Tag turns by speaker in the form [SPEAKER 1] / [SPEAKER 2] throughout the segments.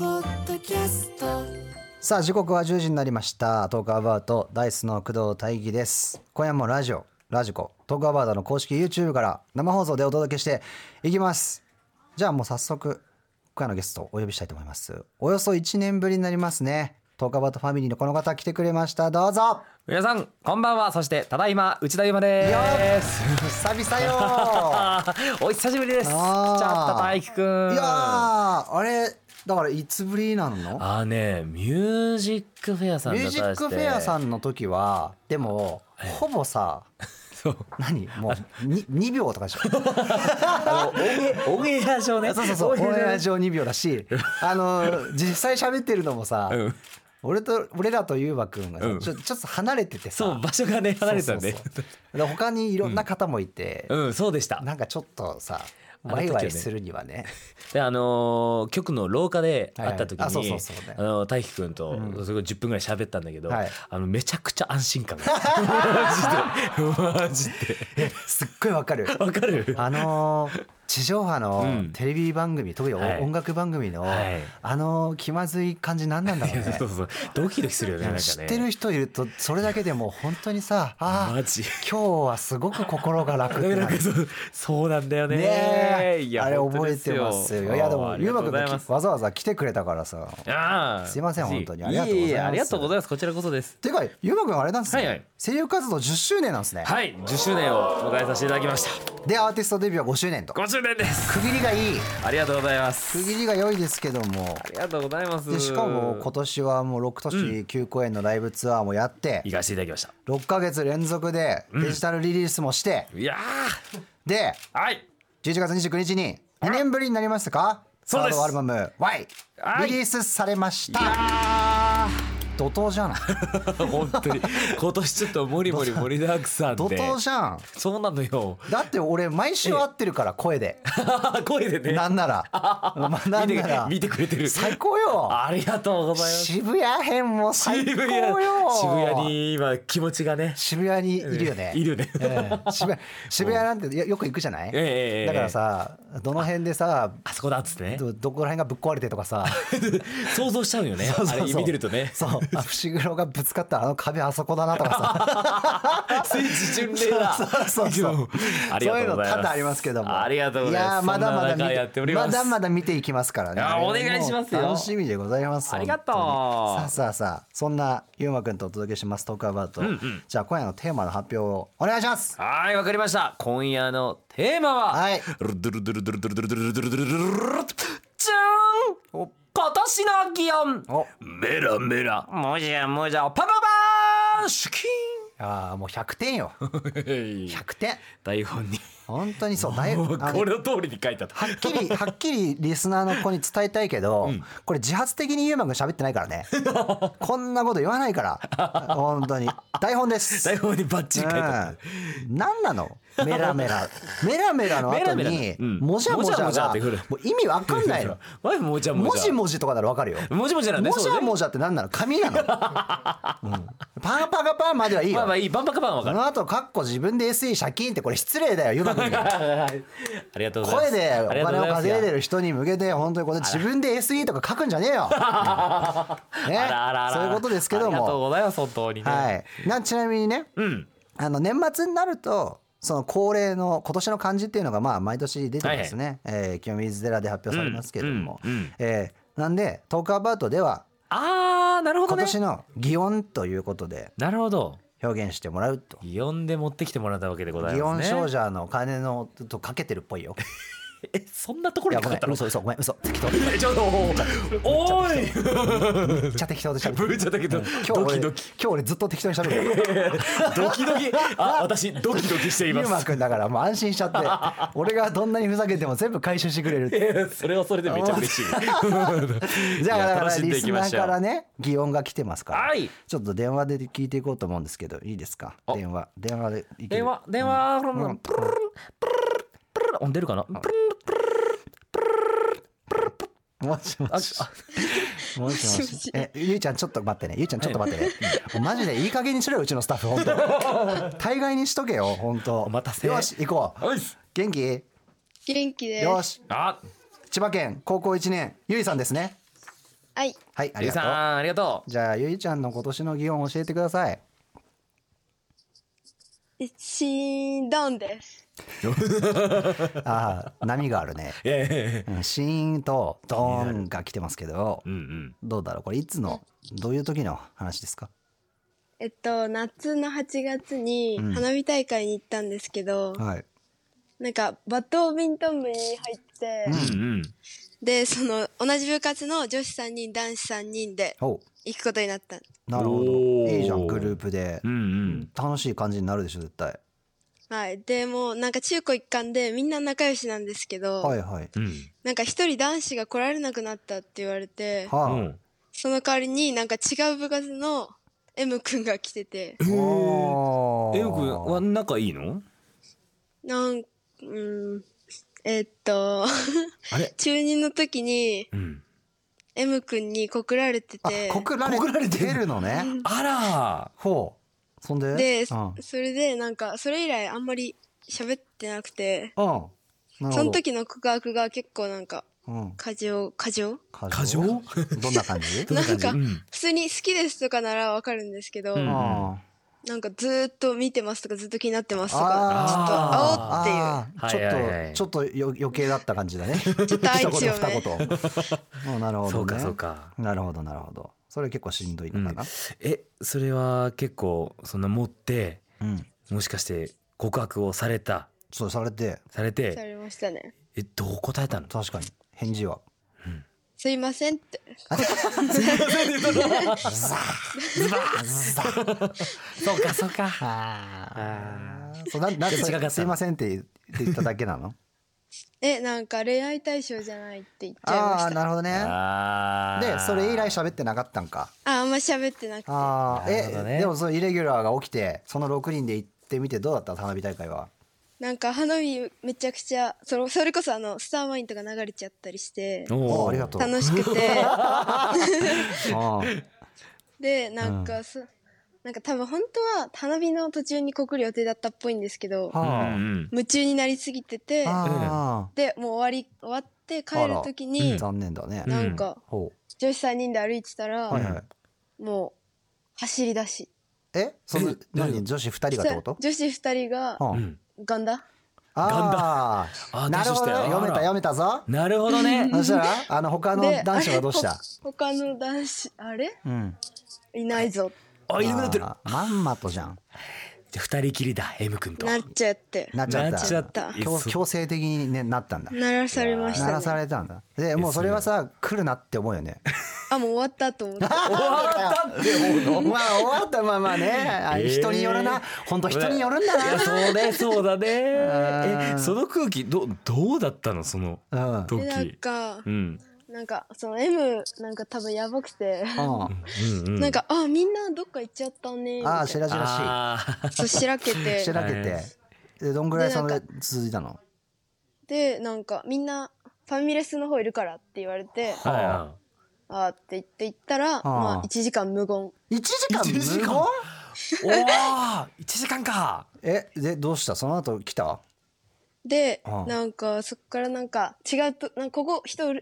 [SPEAKER 1] キャスト
[SPEAKER 2] さあ時刻は10時になりましたトークアバウトダイスの工藤大義です今夜もラジオラジコトークアバウトの公式 YouTube から生放送でお届けしていきますじゃあもう早速今夜のゲストをお呼びしたいと思いますおよそ1年ぶりになりますねトークアバウトファミリーのこの方来てくれましたどうぞ
[SPEAKER 3] 皆さんこんばんはそしてただいま内田ゆまで
[SPEAKER 2] よっ
[SPEAKER 3] す
[SPEAKER 2] 久々よ
[SPEAKER 3] お久しぶりです来ち
[SPEAKER 2] あー
[SPEAKER 3] ゃった大輝くん
[SPEAKER 2] いやーあれだからいつぶりなの
[SPEAKER 3] あーねミュージックフェアさん
[SPEAKER 2] ミ
[SPEAKER 3] だ
[SPEAKER 2] ュ
[SPEAKER 3] っ
[SPEAKER 2] ー
[SPEAKER 3] た
[SPEAKER 2] ジックフェアさ
[SPEAKER 3] ん
[SPEAKER 2] んの時はでもほぼさ
[SPEAKER 3] そう
[SPEAKER 2] 何もうに 2, 秒とかでしょ
[SPEAKER 3] あのオンエオンエア上 ね
[SPEAKER 2] そうそうそうオ
[SPEAKER 3] ン
[SPEAKER 2] ン
[SPEAKER 3] エ
[SPEAKER 2] エ
[SPEAKER 3] ア
[SPEAKER 2] ア
[SPEAKER 3] 上
[SPEAKER 2] 上2秒だ しあの実際喋ってるのもさ、
[SPEAKER 3] うん
[SPEAKER 2] 俺と俺らとゆうばくんがさ、
[SPEAKER 3] うん
[SPEAKER 2] ちょちょっと離れててさ
[SPEAKER 3] そう場所がね離れてたんで
[SPEAKER 2] そうそうそうで他にいろんな方もいて、
[SPEAKER 3] うんそうでした
[SPEAKER 2] なんかちょっとさ
[SPEAKER 3] あの
[SPEAKER 2] ワ
[SPEAKER 3] 時はね
[SPEAKER 2] イワイするには ね
[SPEAKER 3] であのー局の廊下で
[SPEAKER 2] はいは
[SPEAKER 3] 会
[SPEAKER 2] い
[SPEAKER 3] った時
[SPEAKER 2] あそうそう
[SPEAKER 3] に
[SPEAKER 2] そうね
[SPEAKER 3] あの大輝くんとそれこそ10分ぐらい喋ったんだけど
[SPEAKER 2] はい
[SPEAKER 3] あのめちゃくちゃ安心 感がマジでマジです
[SPEAKER 2] っごいわか る
[SPEAKER 3] わかる
[SPEAKER 2] あのー地上波の
[SPEAKER 3] うん
[SPEAKER 2] テレビ番組、特にお
[SPEAKER 3] はい
[SPEAKER 2] 音楽番組の、
[SPEAKER 3] はい
[SPEAKER 2] あの気まずい感じ何なんだろうね
[SPEAKER 3] そうそうドキドキするよねなんかね
[SPEAKER 2] 知ってる人いるとそれだけでもう本当にさあ
[SPEAKER 3] マ
[SPEAKER 2] ー
[SPEAKER 3] ジ
[SPEAKER 2] 今日はすごく心が楽って
[SPEAKER 3] な
[SPEAKER 2] なんる
[SPEAKER 3] かそうそうなんだよね
[SPEAKER 2] ねえ
[SPEAKER 3] いや
[SPEAKER 2] あれ
[SPEAKER 3] 本当
[SPEAKER 2] 覚え
[SPEAKER 3] です
[SPEAKER 2] て
[SPEAKER 3] よ
[SPEAKER 2] ますよいやで
[SPEAKER 3] あー
[SPEAKER 2] も
[SPEAKER 3] あり
[SPEAKER 2] ゆ
[SPEAKER 3] が
[SPEAKER 2] う
[SPEAKER 3] と
[SPEAKER 2] ま
[SPEAKER 3] う
[SPEAKER 2] くんが
[SPEAKER 3] ござい
[SPEAKER 2] き
[SPEAKER 3] ます
[SPEAKER 2] わざわざ来てくれたからさ
[SPEAKER 3] あー
[SPEAKER 2] すいません
[SPEAKER 3] 嬉し
[SPEAKER 2] 本当にありがとうございます
[SPEAKER 3] ええありがとうございますこちらこそです
[SPEAKER 2] てかゆうまくんあれなんですね、
[SPEAKER 3] はいはい
[SPEAKER 2] 声優活動10周年なんですね、
[SPEAKER 3] はい10周年を迎えさせていただきまし
[SPEAKER 2] でアーティストデビューは5周年と
[SPEAKER 3] た5周年です
[SPEAKER 2] 区切りがいい
[SPEAKER 3] ありがとうございま
[SPEAKER 2] 区
[SPEAKER 3] す
[SPEAKER 2] 切りが良いですけども
[SPEAKER 3] ありがとうございます
[SPEAKER 2] でしかも今年はもう6都市9公演のライブツアーもやって
[SPEAKER 3] 行かせていただきました
[SPEAKER 2] 6ヶ月連続でデジタルリリースもして、
[SPEAKER 3] いや
[SPEAKER 2] で
[SPEAKER 3] ーはい
[SPEAKER 2] 11月29日に2年ぶりになりましたか
[SPEAKER 3] そうです
[SPEAKER 2] サードアルバム「Y
[SPEAKER 3] は」い
[SPEAKER 2] リリースされまし
[SPEAKER 3] い
[SPEAKER 2] た
[SPEAKER 3] や
[SPEAKER 2] 怒涛じゃん
[SPEAKER 3] ー 本当に今年ちょっともりもり盛りだくさん
[SPEAKER 2] 怒
[SPEAKER 3] で
[SPEAKER 2] 涛じゃん
[SPEAKER 3] そうなのよ
[SPEAKER 2] だって俺毎週会ってるから声で
[SPEAKER 3] 声でね
[SPEAKER 2] なんな らまあなん
[SPEAKER 3] 見て
[SPEAKER 2] なら
[SPEAKER 3] 見てくれてる
[SPEAKER 2] 最高よ
[SPEAKER 3] ありがとうございます
[SPEAKER 2] 渋谷編も最高よ
[SPEAKER 3] 渋谷に今気持ちがね
[SPEAKER 2] 渋谷にいるよね
[SPEAKER 3] いるよね
[SPEAKER 2] ええ渋谷渋谷なんていやよく行くじゃない、
[SPEAKER 3] ええ
[SPEAKER 2] だからさどの辺でさ
[SPEAKER 3] あそこだっつってね
[SPEAKER 2] どどこら辺がぶっ壊れてとか さ
[SPEAKER 3] 想像しちゃうよね
[SPEAKER 2] そうそうそう
[SPEAKER 3] あれ見てるとね
[SPEAKER 2] そうあ伏黒がぶつかったあの壁あそこだなとかさ
[SPEAKER 3] スイッチ巡礼だ
[SPEAKER 2] そうそうそう
[SPEAKER 3] でもありがとうございま
[SPEAKER 2] そういうの多
[SPEAKER 3] す
[SPEAKER 2] 々ありますけども。
[SPEAKER 3] ありがとうございます
[SPEAKER 2] やーまだまだ
[SPEAKER 3] そんな中やっております
[SPEAKER 2] だまだ見ていきますからね。
[SPEAKER 3] いやーお願い
[SPEAKER 2] あれはもう
[SPEAKER 3] しますよ
[SPEAKER 2] 楽しみでございます。
[SPEAKER 3] ありがとう
[SPEAKER 2] 本当にさあさあさあ、そんなゆうまくんとお届けしますトークアバウト。じゃあ今夜のテーマの発表をお願いします。
[SPEAKER 3] はいわかりました今夜のテーマは
[SPEAKER 2] はい
[SPEAKER 3] ドゥルドゥルドゥルドゥルドゥルドゥルドゥルドゥルドゥルドゥルドゥルじゃーん今年の気温
[SPEAKER 2] お、
[SPEAKER 3] メラメラもじゃもじゃパパパーンシュキ
[SPEAKER 2] ああもう100点 よ。
[SPEAKER 3] ーン
[SPEAKER 2] 100点。
[SPEAKER 3] 台本に
[SPEAKER 2] 本当にそうだいぶ。あの
[SPEAKER 3] これの通りに書いたと
[SPEAKER 2] はっきりはっきりリスナーの子に伝えたいけど、これ自発的にゆうまくん喋ってないからね こんなこと言わないから本当に台本です
[SPEAKER 3] 台本にバッチリ書いたと
[SPEAKER 2] うん、何なのメラメラメラメラの後
[SPEAKER 3] メラメ
[SPEAKER 2] に
[SPEAKER 3] ラうん
[SPEAKER 2] もじゃもじゃ
[SPEAKER 3] もじゃもじゃっ
[SPEAKER 2] が
[SPEAKER 3] てくる
[SPEAKER 2] もう意味わかんないの
[SPEAKER 3] 前もじゃ も
[SPEAKER 2] も
[SPEAKER 3] じゃ
[SPEAKER 2] じもじとかならわかるよ
[SPEAKER 3] もじもじなんで
[SPEAKER 2] もじゃも
[SPEAKER 3] じ
[SPEAKER 2] じゃって何なの紙なの、うん、パーパカパーまではいいよ
[SPEAKER 3] まあまあいいバンバカバンわ
[SPEAKER 2] そ
[SPEAKER 3] かる
[SPEAKER 2] の後カッコ自分で SE 借金ってこれ失 礼だよゆうまくんに
[SPEAKER 3] ありがとうござ
[SPEAKER 2] 声
[SPEAKER 3] います
[SPEAKER 2] でお金を稼いで
[SPEAKER 3] る
[SPEAKER 2] る人に向けて本当にこれ自分で SE とか書くんじゃねえよ、うんね
[SPEAKER 3] あらあらあら
[SPEAKER 2] そういうことですけど
[SPEAKER 3] ありがとう
[SPEAKER 2] も
[SPEAKER 3] ございます本当にね
[SPEAKER 2] はいなちなみにね
[SPEAKER 3] うん
[SPEAKER 2] あの年末になるとその恒例の今年の漢字っていうのがまあ毎年出てますね、えー清水寺で発表されますけれども、
[SPEAKER 3] うんうん
[SPEAKER 2] えーなんでトークアバウトでは
[SPEAKER 3] あーなるほど
[SPEAKER 2] 今
[SPEAKER 3] ね
[SPEAKER 2] 年の擬音ということで
[SPEAKER 3] なるほど
[SPEAKER 2] 表現してもらうと。
[SPEAKER 3] 擬音で持ってきてもらったわけでござい
[SPEAKER 2] 擬
[SPEAKER 3] ます
[SPEAKER 2] 音
[SPEAKER 3] ね
[SPEAKER 2] 少女の金のとかけてるっぽい よ。
[SPEAKER 3] えそんなとこ
[SPEAKER 2] いや
[SPEAKER 3] ろにか
[SPEAKER 2] ごめ
[SPEAKER 3] か
[SPEAKER 2] ん
[SPEAKER 3] ったの
[SPEAKER 2] 嘘嘘ごめん嘘適 当。
[SPEAKER 3] えちょっとおい
[SPEAKER 2] めっちゃ適当で喋って
[SPEAKER 3] ぶ
[SPEAKER 2] る。
[SPEAKER 3] っちゃだけど
[SPEAKER 2] 今日
[SPEAKER 3] ド
[SPEAKER 2] 俺
[SPEAKER 3] キ
[SPEAKER 2] 今
[SPEAKER 3] ドキ
[SPEAKER 2] 日俺ずっと適当に喋 ってる。
[SPEAKER 3] ドキドキあ私ドキドキしてい
[SPEAKER 2] ゆう
[SPEAKER 3] ま
[SPEAKER 2] ますくんだからもう安心しちゃ って俺がどんなにふざけても全部回収してくれるっていう。
[SPEAKER 3] それはそれでめちゃ嬉しい
[SPEAKER 2] じゃあ
[SPEAKER 3] いや
[SPEAKER 2] だか
[SPEAKER 3] 楽
[SPEAKER 2] ら
[SPEAKER 3] しん
[SPEAKER 2] リ
[SPEAKER 3] でい
[SPEAKER 2] ス
[SPEAKER 3] きま
[SPEAKER 2] ナ
[SPEAKER 3] し
[SPEAKER 2] ー
[SPEAKER 3] ょう
[SPEAKER 2] からね擬音が来てますから、
[SPEAKER 3] はい
[SPEAKER 2] ちょっと電話で聞いていこうと思うんですけどいいですか
[SPEAKER 3] あ
[SPEAKER 2] 電話電話でいける
[SPEAKER 3] 電話電話プルルンプルルンプルルン音出るかなプルルン
[SPEAKER 2] もしも
[SPEAKER 3] あ
[SPEAKER 2] し
[SPEAKER 3] あ
[SPEAKER 2] もしも
[SPEAKER 1] もしも
[SPEAKER 2] し
[SPEAKER 1] し
[SPEAKER 2] えゆいちゃんちょっと待ってねゆいちゃんちょっと待ってね、もうマジでいい加減にしろようちのスタッフ本 当大概にしとけよ本当
[SPEAKER 3] お待たせ
[SPEAKER 2] よし行こう
[SPEAKER 3] おいっす
[SPEAKER 2] 元気
[SPEAKER 1] 元気です
[SPEAKER 2] よし
[SPEAKER 3] あ
[SPEAKER 2] 千葉県高校1年ゆいさんですね
[SPEAKER 1] はい
[SPEAKER 2] はい、あ
[SPEAKER 3] ゆ
[SPEAKER 2] り
[SPEAKER 3] い
[SPEAKER 2] が
[SPEAKER 3] さ
[SPEAKER 2] とう。
[SPEAKER 3] んありがとう
[SPEAKER 2] じゃあ、ゆいちゃんの今年の擬音教えてください。
[SPEAKER 1] しんどんです
[SPEAKER 2] ああ、波があるね。
[SPEAKER 3] いやいやいや
[SPEAKER 2] うんシーンとドーンが来て ますけど
[SPEAKER 3] う、んうん
[SPEAKER 2] どうだろうこれいつの、どういう時の話ですか
[SPEAKER 1] えっと夏の8月に
[SPEAKER 2] うん
[SPEAKER 1] 花火大会に行ったんですけど、
[SPEAKER 2] はい。
[SPEAKER 1] なんかバドミントン部に入って、
[SPEAKER 3] うんうん
[SPEAKER 1] でその同じ部活の女子3人男子3人で
[SPEAKER 2] おう
[SPEAKER 1] 行くことになった
[SPEAKER 2] なるほ
[SPEAKER 3] お
[SPEAKER 2] ど。
[SPEAKER 3] ー
[SPEAKER 2] いいじゃん、グループで
[SPEAKER 3] う。んうん
[SPEAKER 2] 楽しい感じになるでしょ、絶対。
[SPEAKER 1] はいでもうなんか中高一貫でみんな仲良しなんですけど、
[SPEAKER 2] はいはい。
[SPEAKER 3] うん
[SPEAKER 1] なんか一人男子が来られなくなったって言われて
[SPEAKER 3] う
[SPEAKER 2] は
[SPEAKER 3] ん
[SPEAKER 1] その代わりになんか違う部活の M 君が来てて
[SPEAKER 2] い。おー
[SPEAKER 3] えよくんは仲いいの
[SPEAKER 1] なんうんえっと
[SPEAKER 3] あれ
[SPEAKER 1] 中2の時に
[SPEAKER 3] うん。
[SPEAKER 1] M 君に告られて
[SPEAKER 2] あ
[SPEAKER 1] て、
[SPEAKER 2] 告られ
[SPEAKER 3] 告られて
[SPEAKER 2] てるのね。
[SPEAKER 3] あら
[SPEAKER 2] ほう。そんで
[SPEAKER 1] で、
[SPEAKER 2] うん。
[SPEAKER 1] それでなんかそれ以来あんまり喋ってなくて
[SPEAKER 2] うん。
[SPEAKER 1] その
[SPEAKER 2] き
[SPEAKER 1] 時の告白が結構なんか
[SPEAKER 2] うん。
[SPEAKER 1] 過剰過剰
[SPEAKER 2] 過
[SPEAKER 3] 過剰
[SPEAKER 2] どんな感 じ
[SPEAKER 1] なんか
[SPEAKER 3] うん
[SPEAKER 1] 普通に好きですとかならわかるんですけど、
[SPEAKER 3] うん
[SPEAKER 2] あ
[SPEAKER 1] なんかずーっと見てますとかずっと気になってますと
[SPEAKER 2] あ
[SPEAKER 1] かちょっとあおーって
[SPEAKER 2] ああちょっと、
[SPEAKER 3] はいはいはい
[SPEAKER 2] ちょっとよ余計だった感じだね
[SPEAKER 1] いうちょっと 愛
[SPEAKER 2] 一
[SPEAKER 1] 知
[SPEAKER 2] 言
[SPEAKER 1] を
[SPEAKER 2] 二
[SPEAKER 1] ね
[SPEAKER 2] 言もうなるほど、ね、
[SPEAKER 3] そうかそうか。
[SPEAKER 2] なるほどなるほどそれ結構しんどいのかな
[SPEAKER 3] えそれは結構そんな持って
[SPEAKER 2] うん、
[SPEAKER 3] もしかして告白をされた
[SPEAKER 2] そうされて
[SPEAKER 3] され
[SPEAKER 1] さ
[SPEAKER 3] て
[SPEAKER 1] れましたね
[SPEAKER 3] えどう答えたの？
[SPEAKER 2] 確かに返事は
[SPEAKER 1] すいませんって
[SPEAKER 2] ズバーズバー
[SPEAKER 3] そうかそうか。
[SPEAKER 2] あーそうなんなん
[SPEAKER 3] じゃあ違かった
[SPEAKER 2] すすいませんって言って言っただけな の
[SPEAKER 1] えなんか恋愛対象じゃないって言っちゃいま
[SPEAKER 2] ああ
[SPEAKER 1] し
[SPEAKER 2] ー
[SPEAKER 1] たあ
[SPEAKER 2] なるほどね
[SPEAKER 3] あー
[SPEAKER 2] でそれ以来喋ってなかったんか
[SPEAKER 1] あんま喋ってなくて
[SPEAKER 2] ああ、
[SPEAKER 3] なるほどね
[SPEAKER 2] えでもそのイレギュラーが起きてその6人で行ってみてどうだった花火大会は
[SPEAKER 1] なんか花火めちゃくちゃそれそれこそあのスターワインとか流れちゃったりして
[SPEAKER 3] お
[SPEAKER 2] お
[SPEAKER 3] ー
[SPEAKER 2] ありがとう
[SPEAKER 1] 楽しく て
[SPEAKER 2] あ
[SPEAKER 1] でなんかそ、なんか多分本当は花火の途中に告る予定だったっぽいんですけど
[SPEAKER 2] ー
[SPEAKER 3] うん
[SPEAKER 2] は
[SPEAKER 3] うん
[SPEAKER 1] 夢中になりすぎてて
[SPEAKER 2] あ
[SPEAKER 1] でもう終わり終わって
[SPEAKER 2] ーあ
[SPEAKER 1] 帰る
[SPEAKER 2] ら
[SPEAKER 1] 時に、
[SPEAKER 2] うん残念だね
[SPEAKER 3] うん
[SPEAKER 1] なんか
[SPEAKER 2] ほ
[SPEAKER 1] 女子3人で歩いてたら、
[SPEAKER 2] うはいはい
[SPEAKER 1] もう走り出し
[SPEAKER 2] えその
[SPEAKER 3] え
[SPEAKER 2] 何女子二人がってこと
[SPEAKER 1] 女子2人が
[SPEAKER 2] はあ
[SPEAKER 3] うん
[SPEAKER 1] ガンダ
[SPEAKER 2] あー
[SPEAKER 3] ガンダあー
[SPEAKER 2] なるほど
[SPEAKER 3] どうしたよ
[SPEAKER 2] 読めた
[SPEAKER 3] あら
[SPEAKER 2] 読めたぞ
[SPEAKER 3] なるほどね。
[SPEAKER 2] そしたらあの他の
[SPEAKER 1] で
[SPEAKER 2] 男子はどうした
[SPEAKER 1] あれほ他の男子あれ
[SPEAKER 2] うん
[SPEAKER 1] いないぞ
[SPEAKER 3] あいなくなってる。
[SPEAKER 2] あーまんまとじゃん
[SPEAKER 3] じゃあ二人きりだ M 君と。
[SPEAKER 1] なっちゃって
[SPEAKER 2] なっちゃった
[SPEAKER 3] なっちゃった
[SPEAKER 2] 強強制的にねなったんだ
[SPEAKER 1] 鳴らされまし
[SPEAKER 2] 鳴
[SPEAKER 1] た
[SPEAKER 2] らさ
[SPEAKER 1] ね
[SPEAKER 2] れたんだでもうそれはさ来るなって思うよね
[SPEAKER 1] あもう終わった と思って
[SPEAKER 2] 終わったって思うの まあ終わったまあまあねあ
[SPEAKER 3] えー
[SPEAKER 2] 人によるな本当人によるん
[SPEAKER 3] いや
[SPEAKER 2] だ
[SPEAKER 3] そうねそうだね。
[SPEAKER 2] う
[SPEAKER 3] え
[SPEAKER 2] ん
[SPEAKER 3] その空気どどうだったのその
[SPEAKER 2] なうん
[SPEAKER 1] でなん
[SPEAKER 3] 時。
[SPEAKER 1] か
[SPEAKER 3] うん
[SPEAKER 1] なんかその M なんか多分やばくて、
[SPEAKER 2] うん
[SPEAKER 3] うんうん。
[SPEAKER 1] なんかあみんなどっか行っちゃったねみたい
[SPEAKER 2] あ
[SPEAKER 1] な
[SPEAKER 2] あしらじらしい
[SPEAKER 3] あー
[SPEAKER 1] そうしらけて
[SPEAKER 2] しらけ
[SPEAKER 3] は
[SPEAKER 2] て
[SPEAKER 3] い
[SPEAKER 2] でどんぐらいそれ
[SPEAKER 1] で
[SPEAKER 2] 続いたの
[SPEAKER 1] でなんかみんなファミレスの方いるからって言われて
[SPEAKER 2] あ
[SPEAKER 3] はいはい
[SPEAKER 1] あーって言って行ったら、
[SPEAKER 2] あ
[SPEAKER 1] まあ1時間無言
[SPEAKER 2] 1時間
[SPEAKER 3] 一時間
[SPEAKER 2] 無言
[SPEAKER 3] おお一時間か。
[SPEAKER 2] えでどうしたその後来た
[SPEAKER 1] で
[SPEAKER 2] ああ
[SPEAKER 1] なんかそっからなんか違うとなんかここ人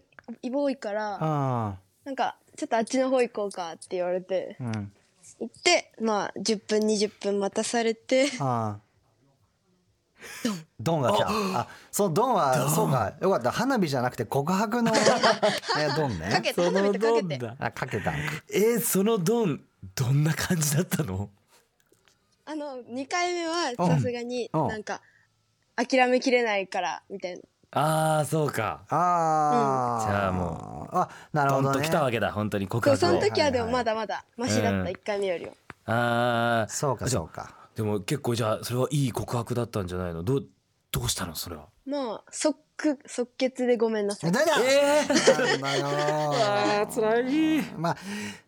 [SPEAKER 1] 多いから
[SPEAKER 2] あ
[SPEAKER 1] なんかちょっとあっちの方行こうかって言われて
[SPEAKER 2] あうん
[SPEAKER 1] 行ってまあ10分20分待たされて
[SPEAKER 2] ああドンが来たあそのドンはそうかよかった花火じゃなくて告白 のねドン
[SPEAKER 1] か
[SPEAKER 2] ね
[SPEAKER 1] けて花火とかけ
[SPEAKER 3] そのド
[SPEAKER 1] て
[SPEAKER 3] ンだ
[SPEAKER 2] あかけたんか
[SPEAKER 3] えそのドンどんな感じだったの？
[SPEAKER 1] あの2回目はさすがに
[SPEAKER 2] うん
[SPEAKER 1] なんか諦めきれないからみたいな
[SPEAKER 3] ああそうか。
[SPEAKER 2] ああ
[SPEAKER 3] うんじゃあも
[SPEAKER 2] うあなる
[SPEAKER 3] ド
[SPEAKER 2] ほ
[SPEAKER 3] ン
[SPEAKER 2] ど
[SPEAKER 3] と
[SPEAKER 2] ね
[SPEAKER 3] 来たわけだ本当に告
[SPEAKER 1] そう
[SPEAKER 3] 白
[SPEAKER 1] その
[SPEAKER 3] を。
[SPEAKER 1] 時はでも
[SPEAKER 2] はいは
[SPEAKER 1] ま
[SPEAKER 2] い
[SPEAKER 1] だまだマシだった、
[SPEAKER 3] うん
[SPEAKER 1] 1回目よりは
[SPEAKER 3] ああ
[SPEAKER 2] そうか
[SPEAKER 3] じゃ
[SPEAKER 2] そ
[SPEAKER 3] あ
[SPEAKER 2] うか
[SPEAKER 3] でも結構じゃあそれはいい告白だったんじゃないの？どうどうしたのそれは？
[SPEAKER 1] まあ即即決でごめんなさい
[SPEAKER 2] 誰だ
[SPEAKER 3] ええ。
[SPEAKER 2] なんだよ
[SPEAKER 3] あー辛い。
[SPEAKER 2] まあ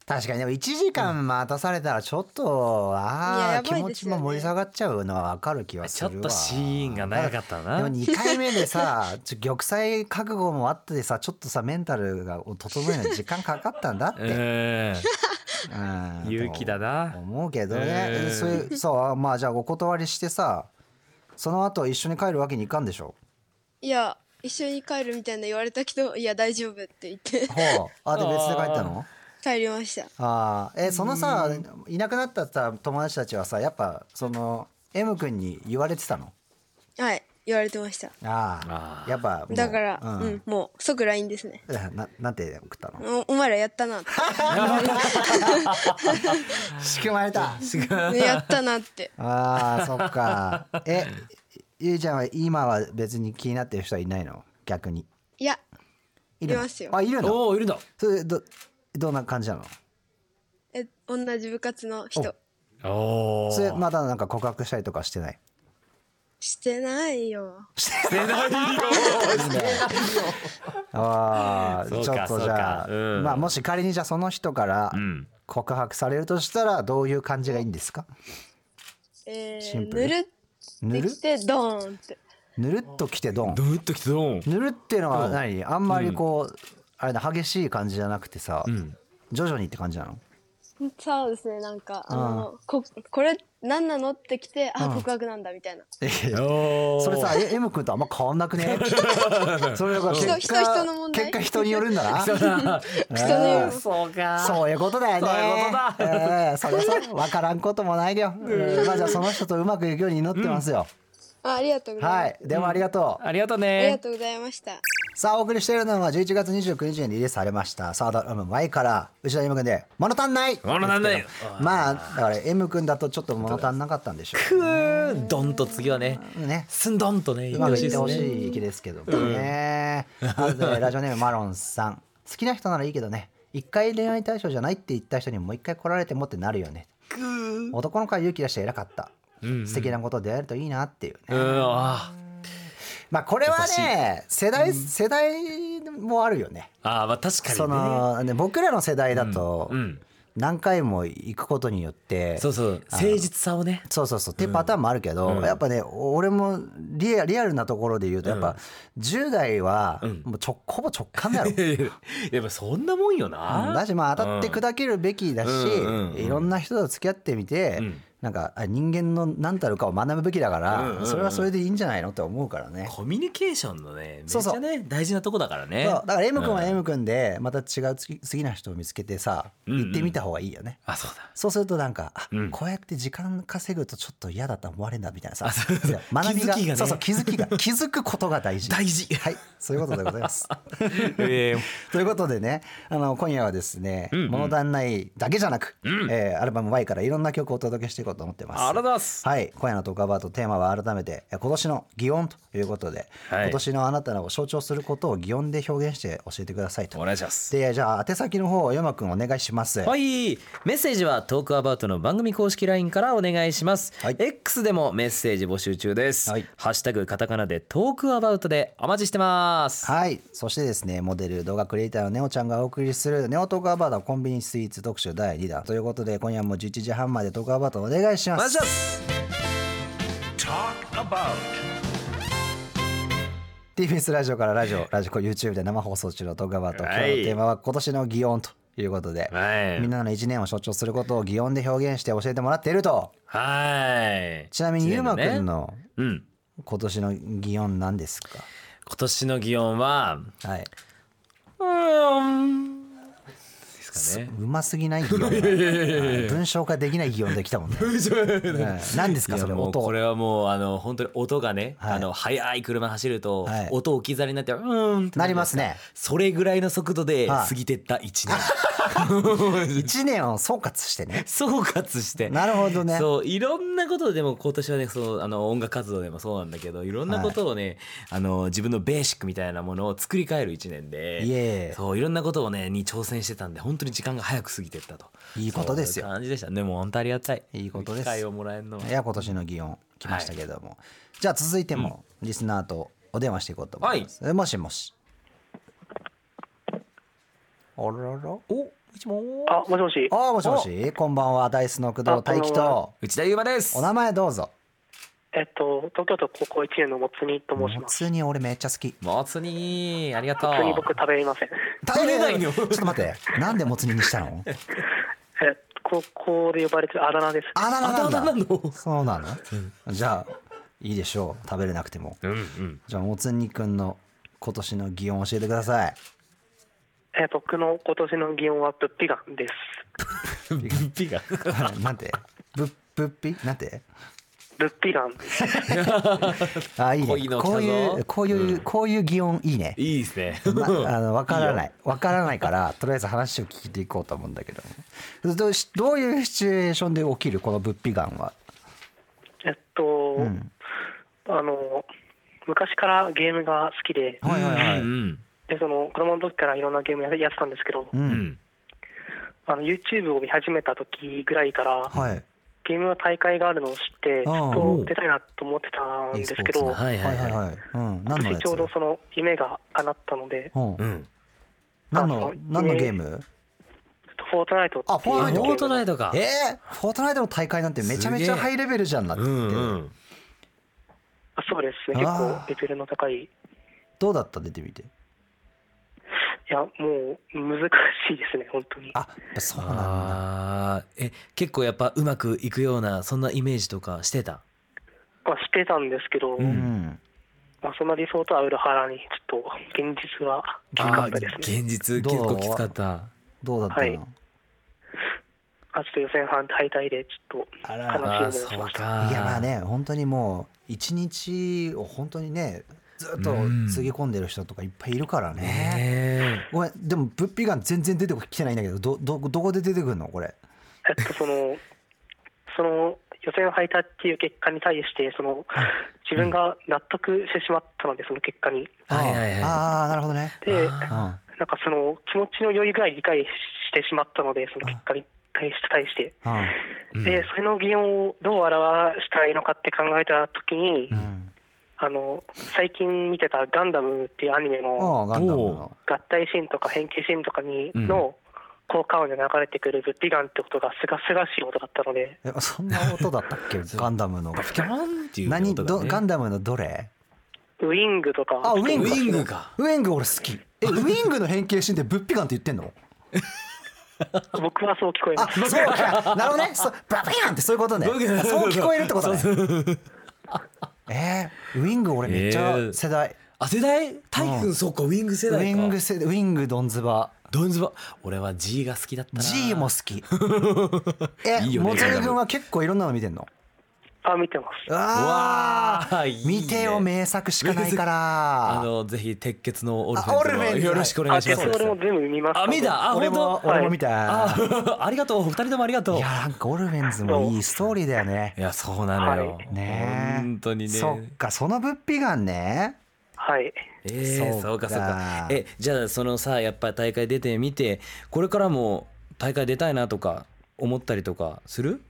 [SPEAKER 2] 確かにでも1時間待たされたらちょっと、
[SPEAKER 1] いや
[SPEAKER 2] ああ、
[SPEAKER 1] や
[SPEAKER 2] 気
[SPEAKER 1] ばい
[SPEAKER 2] 持
[SPEAKER 1] で
[SPEAKER 2] ち
[SPEAKER 1] すよね
[SPEAKER 2] も盛り下がっちゃうのは分かる気はす
[SPEAKER 3] ちょ
[SPEAKER 2] る
[SPEAKER 3] っ
[SPEAKER 2] わ
[SPEAKER 3] とシーンが長かった
[SPEAKER 2] でも
[SPEAKER 3] な。
[SPEAKER 2] 2回目でさ ちょ玉砕覚悟もあってでさちょっとさメンタルが整えるのに時間かかったんだって、
[SPEAKER 3] うん
[SPEAKER 2] うん
[SPEAKER 3] 勇気だな。
[SPEAKER 2] 思うけどね、
[SPEAKER 3] うん
[SPEAKER 2] そういうそうまあじゃあお断りしてさその後一緒に帰るわけにいかんでしょ
[SPEAKER 1] いや一緒に帰るみたいな言われたけどいや大丈夫って言 って
[SPEAKER 2] ほうあで別で帰ったの
[SPEAKER 1] 帰りました
[SPEAKER 2] あーえそのさいなくなったさ友達たちはさやっぱその M 君に言われてたの
[SPEAKER 1] はい言われてました
[SPEAKER 2] ああ
[SPEAKER 3] あー
[SPEAKER 2] やっぱもう
[SPEAKER 1] だからうん、
[SPEAKER 2] うん
[SPEAKER 1] もう即 LINE ですね
[SPEAKER 2] ななんて送ったの
[SPEAKER 1] おお前らやったなって
[SPEAKER 2] 仕組まれた
[SPEAKER 1] ねやったなって
[SPEAKER 2] あーそっかえゆうちゃんは今は別に気になってる人はいないの逆に
[SPEAKER 1] いや
[SPEAKER 2] いるの
[SPEAKER 1] いますよ
[SPEAKER 2] あいるの
[SPEAKER 3] おおいるんだ
[SPEAKER 2] それどどんな感じなの
[SPEAKER 1] え同じ部活の人
[SPEAKER 3] おお
[SPEAKER 2] それまだなんか告白したりとかしてない
[SPEAKER 1] してないよ
[SPEAKER 3] 出ないよ
[SPEAKER 2] ああちょ
[SPEAKER 3] そう
[SPEAKER 2] っ
[SPEAKER 3] か
[SPEAKER 2] とじゃあ、
[SPEAKER 3] そうかうん
[SPEAKER 2] まあもし仮にじゃあその人から
[SPEAKER 3] ん
[SPEAKER 2] 告白されるとしたらどういう感じがいいんですか
[SPEAKER 1] え
[SPEAKER 2] シン
[SPEAKER 1] ー、
[SPEAKER 2] プルぬ
[SPEAKER 1] ぬるっ
[SPEAKER 2] る
[SPEAKER 1] てきてドーンって
[SPEAKER 2] ぬるっときてドン
[SPEAKER 3] どうっときてどん
[SPEAKER 2] ぬるっていうのは何あんまりこう、あれだ激しい感じじゃなくてさ、
[SPEAKER 3] ん
[SPEAKER 2] 徐々にって感じなの
[SPEAKER 1] そうですねなんかあのここれ何なのってきてあ告白なんだみたいな
[SPEAKER 3] おお
[SPEAKER 2] それさ、え M 君とあんま変わんなく ねそれが結果
[SPEAKER 1] 人人人の問題
[SPEAKER 2] 結果人によるんだな
[SPEAKER 1] 人による
[SPEAKER 3] そうか
[SPEAKER 2] そういうことだよね。
[SPEAKER 3] そういうことだ
[SPEAKER 2] えーそりゃそう分からんこともないよ。まあじゃあその人とうまくいくように祈ってますよ。
[SPEAKER 1] あありがとうございます、
[SPEAKER 2] はい、でもありがとう。
[SPEAKER 3] ありがとう
[SPEAKER 1] ありが
[SPEAKER 3] ね
[SPEAKER 1] とうございました
[SPEAKER 2] さあお送りしているのは11月29日にリリースされましたサードアルバム「前から内田 M 君で「物足んない」
[SPEAKER 3] 物足んないよ
[SPEAKER 2] まあだから M 君だとちょっと物足んなかったんでしょ
[SPEAKER 3] くーどんと次はね
[SPEAKER 2] うね
[SPEAKER 3] すんどんとね
[SPEAKER 2] うまくいってほ
[SPEAKER 3] ね
[SPEAKER 2] しい気ですけどもね、あとでラジオネームマロンさん好きな人ならいいけどね一回恋愛対象じゃないって言った人にもう一回来られてもってなるよね男の子は勇気出して偉かった、素敵なこと出会えるといいなっていうね、
[SPEAKER 3] うんあ
[SPEAKER 2] まあこれはね世代世代もあるよね
[SPEAKER 3] ーあーまあ確かにね
[SPEAKER 2] そのね僕らの世代だと
[SPEAKER 3] うん
[SPEAKER 2] 何回も行くことによって、
[SPEAKER 3] そうそう誠実さをね
[SPEAKER 2] そうそうそうっていうパターンもあるけど、やっぱね俺もリアリアルなところで言うとやっぱ、10代はもうちょほぼ直感 だろ。うん
[SPEAKER 3] やっぱそんなもんよな
[SPEAKER 2] だしまあ当たって砕けるべきだし、
[SPEAKER 3] うんうんうん
[SPEAKER 2] いろんな人と付き合ってみて、
[SPEAKER 3] ん
[SPEAKER 2] なんかあ人間の何たるかを学ぶべきだから、それはそれでいいんじゃないのって思うからね。
[SPEAKER 3] コミュニケーションのねめっち
[SPEAKER 2] そうそう
[SPEAKER 3] ゃね大事なとこだからね
[SPEAKER 2] そうだから M 君は M 君でまた違う次次の人を見つけてさ、行ってみた方がいいよね。
[SPEAKER 3] あそう だ
[SPEAKER 2] そうするとなんか、あ
[SPEAKER 3] うん
[SPEAKER 2] こうやって時間稼ぐとちょっと嫌だと思われるんだみたいなさ
[SPEAKER 3] あそう
[SPEAKER 2] 学びが
[SPEAKER 3] 気づきがね
[SPEAKER 2] そうそう気づきが気づくことが大事
[SPEAKER 3] 大事
[SPEAKER 2] はいそういうことでございます
[SPEAKER 3] え ー
[SPEAKER 2] ということでねあの今夜はですね「
[SPEAKER 3] んうん
[SPEAKER 2] 物足んない」だけじゃなく、えーアルバム「Y」からいろんな曲をお届けしていこうと思ってます
[SPEAKER 3] ありがとうございます
[SPEAKER 2] はい今夜のトークアバートテーマは改めてえー今年の擬音ということで、
[SPEAKER 3] はい
[SPEAKER 2] 今年のあなたを象徴することを擬音で表現して教えてくださいと
[SPEAKER 3] お願いします
[SPEAKER 2] でじゃあ宛先の方をヨマくんお願いします
[SPEAKER 3] はいメッセージはトークアバウトの番組公式 LINE からお願いします、
[SPEAKER 2] はい
[SPEAKER 3] X でもメッセージ募集中です、
[SPEAKER 2] はい
[SPEAKER 3] ハッシュタグカタカナでトークアバウトでお待ちしてます
[SPEAKER 2] はい。そしてですね、モデル、動画クリエイターのネオちゃんがお送りするネオトークアバートコンビニスイーツ特集第2弾ということで、今夜も11時半までトークアバートお願いし
[SPEAKER 3] お
[SPEAKER 2] ま
[SPEAKER 3] 願い
[SPEAKER 2] す
[SPEAKER 3] し。ます、
[SPEAKER 2] TBS ラジオからラジオ、ラジコ YouTube で生放送中のトークアバート、
[SPEAKER 3] は
[SPEAKER 2] 今
[SPEAKER 3] い
[SPEAKER 2] 日のテーマは今年の擬音ということで、
[SPEAKER 3] はい
[SPEAKER 2] みんなの1年を象徴することを擬音で表現して教えてもらっていると。
[SPEAKER 3] はい
[SPEAKER 2] ちなみに、ゆうまくん
[SPEAKER 3] ね
[SPEAKER 2] の
[SPEAKER 3] うん
[SPEAKER 2] 今年の擬音何ですか
[SPEAKER 3] 今年の擬音は
[SPEAKER 2] はい。
[SPEAKER 3] うーんですかね
[SPEAKER 2] うますぎない擬音だ。はい文章化できない擬音できたもんね。うん何ですか
[SPEAKER 3] い
[SPEAKER 2] そ
[SPEAKER 3] や
[SPEAKER 2] れ
[SPEAKER 3] もう
[SPEAKER 2] 音
[SPEAKER 3] これはもうあの本当に音がね、
[SPEAKER 2] はい
[SPEAKER 3] あの速い車走ると、
[SPEAKER 2] はい
[SPEAKER 3] 音置き去りになってうーんって
[SPEAKER 2] なり
[SPEAKER 3] るじゃいでか
[SPEAKER 2] ますね。
[SPEAKER 3] それぐらいの速度で
[SPEAKER 2] はい
[SPEAKER 3] 過ぎてった一 年、
[SPEAKER 2] 1年を総括して ね
[SPEAKER 3] 総括して
[SPEAKER 2] なるほどね
[SPEAKER 3] そういろんなことでも今年はねそうあの音楽活動でもそうなんだけどいろんなことをね、あの自分のベーシックみたいなものを作り変える一年で
[SPEAKER 2] いえ
[SPEAKER 3] そういろんなことをねに挑戦してたんで本当に時間が早く過ぎてったと
[SPEAKER 2] いいことですよ
[SPEAKER 3] そういう感じでしたでも本当ありがたい
[SPEAKER 2] いいことです
[SPEAKER 3] 機会をもらえるのはい
[SPEAKER 2] や今年の祇園来ましたけども、じゃあ続いてもリスナーとお電話していこうと思います、えもしもしあらら
[SPEAKER 3] お一問
[SPEAKER 4] あ、もしもし。
[SPEAKER 2] あもしもしこんばんはダイスの工藤大樹と
[SPEAKER 3] 内田優馬です
[SPEAKER 2] お名前どうぞ
[SPEAKER 4] えっと、東京都高校1年のもつにと申し
[SPEAKER 2] も
[SPEAKER 4] ます。
[SPEAKER 2] つ煮俺めっちゃ好き
[SPEAKER 3] もつにありがとう
[SPEAKER 4] もつに僕食べれません。
[SPEAKER 2] 食
[SPEAKER 3] べないの
[SPEAKER 2] ちょっと待ってなんでもつ煮にしたの
[SPEAKER 4] え、高校で呼ばれてるあだ名です。
[SPEAKER 2] あららなんだ
[SPEAKER 3] あだ名なの
[SPEAKER 2] そうなの、じゃあいいでしょう食べれなくても
[SPEAKER 3] うんうん
[SPEAKER 2] じゃあもつ煮くんの今年の擬音教えてください。
[SPEAKER 4] えー僕の今年の擬音はプッピガンです。
[SPEAKER 3] ぶっぴが。
[SPEAKER 2] あなんてぶぶっぴなんて
[SPEAKER 4] ルッピガン。
[SPEAKER 2] あいいね
[SPEAKER 3] こういうの来たぞ
[SPEAKER 2] こういうこういう、こういう擬音いい ね。
[SPEAKER 3] いいで すね。
[SPEAKER 2] まあの分からない分からないからとりあえず話を聞いていこうと思うんだけどどうしどういうシチュエーションで起きるこの物皮がんは
[SPEAKER 4] えっと、
[SPEAKER 2] うん
[SPEAKER 4] あの昔からゲームが好きで、
[SPEAKER 2] はいはいはい
[SPEAKER 3] うん。
[SPEAKER 4] でその子供の時からいろんなゲームややってたんですけど、
[SPEAKER 2] う
[SPEAKER 3] うんん。
[SPEAKER 4] あの YouTube を見始めた時ぐらいから、
[SPEAKER 2] はい
[SPEAKER 4] ゲームの大会があるのを知って、ち
[SPEAKER 2] あー
[SPEAKER 4] ょっと出たいなと思ってたんですけ
[SPEAKER 2] e
[SPEAKER 4] ど、
[SPEAKER 2] スポーツな
[SPEAKER 3] はいはいはい
[SPEAKER 2] はいうん何のや
[SPEAKER 4] 私
[SPEAKER 2] つ
[SPEAKER 4] ちょうどその夢が叶ったので、
[SPEAKER 2] うん
[SPEAKER 3] うん。
[SPEAKER 2] 何
[SPEAKER 4] あ
[SPEAKER 2] の
[SPEAKER 4] の
[SPEAKER 2] 何のゲーム
[SPEAKER 4] ちょっとフォートナイトっていう
[SPEAKER 2] あフォートナイト
[SPEAKER 4] ゲー
[SPEAKER 3] フ
[SPEAKER 4] ム
[SPEAKER 3] ォートナイトか。
[SPEAKER 2] えーフォートナイトの大会なんてめちゃめち
[SPEAKER 3] す
[SPEAKER 2] ゃ
[SPEAKER 3] げえ
[SPEAKER 2] ハイレベルじゃんなって
[SPEAKER 3] うんうん。
[SPEAKER 4] あそうですね、結構
[SPEAKER 2] あー
[SPEAKER 4] レベルの高い、い
[SPEAKER 2] どうだった出てみて
[SPEAKER 4] や、もう難しいですね、本当に。
[SPEAKER 2] あそうなんだ
[SPEAKER 3] ああ、え、結構やっぱうまくいくような、そんなイメージとかしてた。
[SPEAKER 4] まあ、してたんですけど、
[SPEAKER 2] うん
[SPEAKER 4] まあ、そんな理想とは裏腹に、ちょっと現実はきつか
[SPEAKER 3] あ
[SPEAKER 4] っ
[SPEAKER 3] ー
[SPEAKER 4] たですね。
[SPEAKER 3] 現実
[SPEAKER 2] どう
[SPEAKER 3] 結構きつかった。
[SPEAKER 2] どうだった
[SPEAKER 4] はい
[SPEAKER 2] の
[SPEAKER 4] あちょっと予選半敗退で、ちょっと
[SPEAKER 2] あ
[SPEAKER 4] 悲
[SPEAKER 2] ら
[SPEAKER 3] ああ、
[SPEAKER 4] しい思いを
[SPEAKER 3] そ
[SPEAKER 4] し
[SPEAKER 3] う
[SPEAKER 4] ました。
[SPEAKER 3] か。
[SPEAKER 2] いやまあ。ね本当にもう一日を本当にねずっとつぎ込んでる人とかいっぱいいるからね。
[SPEAKER 3] ね
[SPEAKER 2] ごめんでも物費が全然出てきてないんだけどどどどこで出てくるのこれ。
[SPEAKER 4] えっと、その、その予選敗退っていう結果に対して、その、自分が納得してしまったので、その結果に。
[SPEAKER 3] え。はいはいはい。
[SPEAKER 2] ああなるほどね。
[SPEAKER 4] で、
[SPEAKER 2] うん、
[SPEAKER 4] な
[SPEAKER 2] あ
[SPEAKER 4] んかその気持ちの余裕ぐらい理解してしまったので、その結果に対して、対して。
[SPEAKER 2] あ
[SPEAKER 4] で、それの擬音をどう表したらいいのかって考えたときに、
[SPEAKER 2] うん。
[SPEAKER 4] あの、最近見てたガンダムっていうアニメの、
[SPEAKER 2] ああガンダムの。
[SPEAKER 4] 合体シーンとか変形シーンとかに
[SPEAKER 3] うん
[SPEAKER 4] の効果音で流れてくるブッディガンってことがすがすがしい音だったので、
[SPEAKER 2] えそんな音だったっ けガンダムの。
[SPEAKER 3] キャンっていう
[SPEAKER 2] 何
[SPEAKER 3] 音
[SPEAKER 2] ど
[SPEAKER 3] がね。
[SPEAKER 2] ガンダムのどれ？
[SPEAKER 4] ウイングとか、
[SPEAKER 2] あウイング。
[SPEAKER 3] ウィングか。
[SPEAKER 2] ウイング俺好き。えウイングの変形シーンで物費ガンって言ってんの？
[SPEAKER 4] 僕はそう聞こ え
[SPEAKER 2] あ
[SPEAKER 4] ます。
[SPEAKER 2] そうか。なるほどね。そうバピャンってそういうことね。
[SPEAKER 3] どういうこと
[SPEAKER 2] そう聞こえるってことね。 えー、ウイング俺めっちゃ世代。
[SPEAKER 3] あ、世代大君、そっか、ウィング世代
[SPEAKER 2] ウ
[SPEAKER 3] か。
[SPEAKER 2] イング世代ウイングドンズバ。
[SPEAKER 3] ドンズバ。俺は G が好きだったな。
[SPEAKER 2] G も好 き。え、
[SPEAKER 3] いいよね
[SPEAKER 2] もつれ君は結構いろんなの見てんの。
[SPEAKER 4] あ、見てます。
[SPEAKER 2] あ
[SPEAKER 3] わあいいね
[SPEAKER 2] 見てよ名作しかないから。
[SPEAKER 3] あの、ぜひ、鉄血のオルフ
[SPEAKER 2] あオルフ
[SPEAKER 3] ェ
[SPEAKER 2] ェン
[SPEAKER 3] ン
[SPEAKER 2] ズ
[SPEAKER 3] ズもよろしくお願
[SPEAKER 4] あ、
[SPEAKER 3] いしま
[SPEAKER 4] 鉄
[SPEAKER 3] す。
[SPEAKER 4] 道俺も全部見ました。
[SPEAKER 3] あ、見た。あ、
[SPEAKER 2] 俺も
[SPEAKER 3] 本当
[SPEAKER 2] 俺も見た。
[SPEAKER 3] あありがとう。二人ともありがとう。
[SPEAKER 2] い
[SPEAKER 3] い
[SPEAKER 2] や
[SPEAKER 3] や、
[SPEAKER 2] なんかオルフェンズもいいストーリーだよね。
[SPEAKER 3] そうなのよ。
[SPEAKER 2] ねえ
[SPEAKER 3] 本当 にね。
[SPEAKER 2] そっかその物費がね。
[SPEAKER 4] はい。
[SPEAKER 3] えー
[SPEAKER 2] そ
[SPEAKER 3] そうう
[SPEAKER 2] か
[SPEAKER 3] かそうか。え、じゃあ、そのさ、やっぱ大会出てみて、これからも大会出たいなとか、思ったりとかする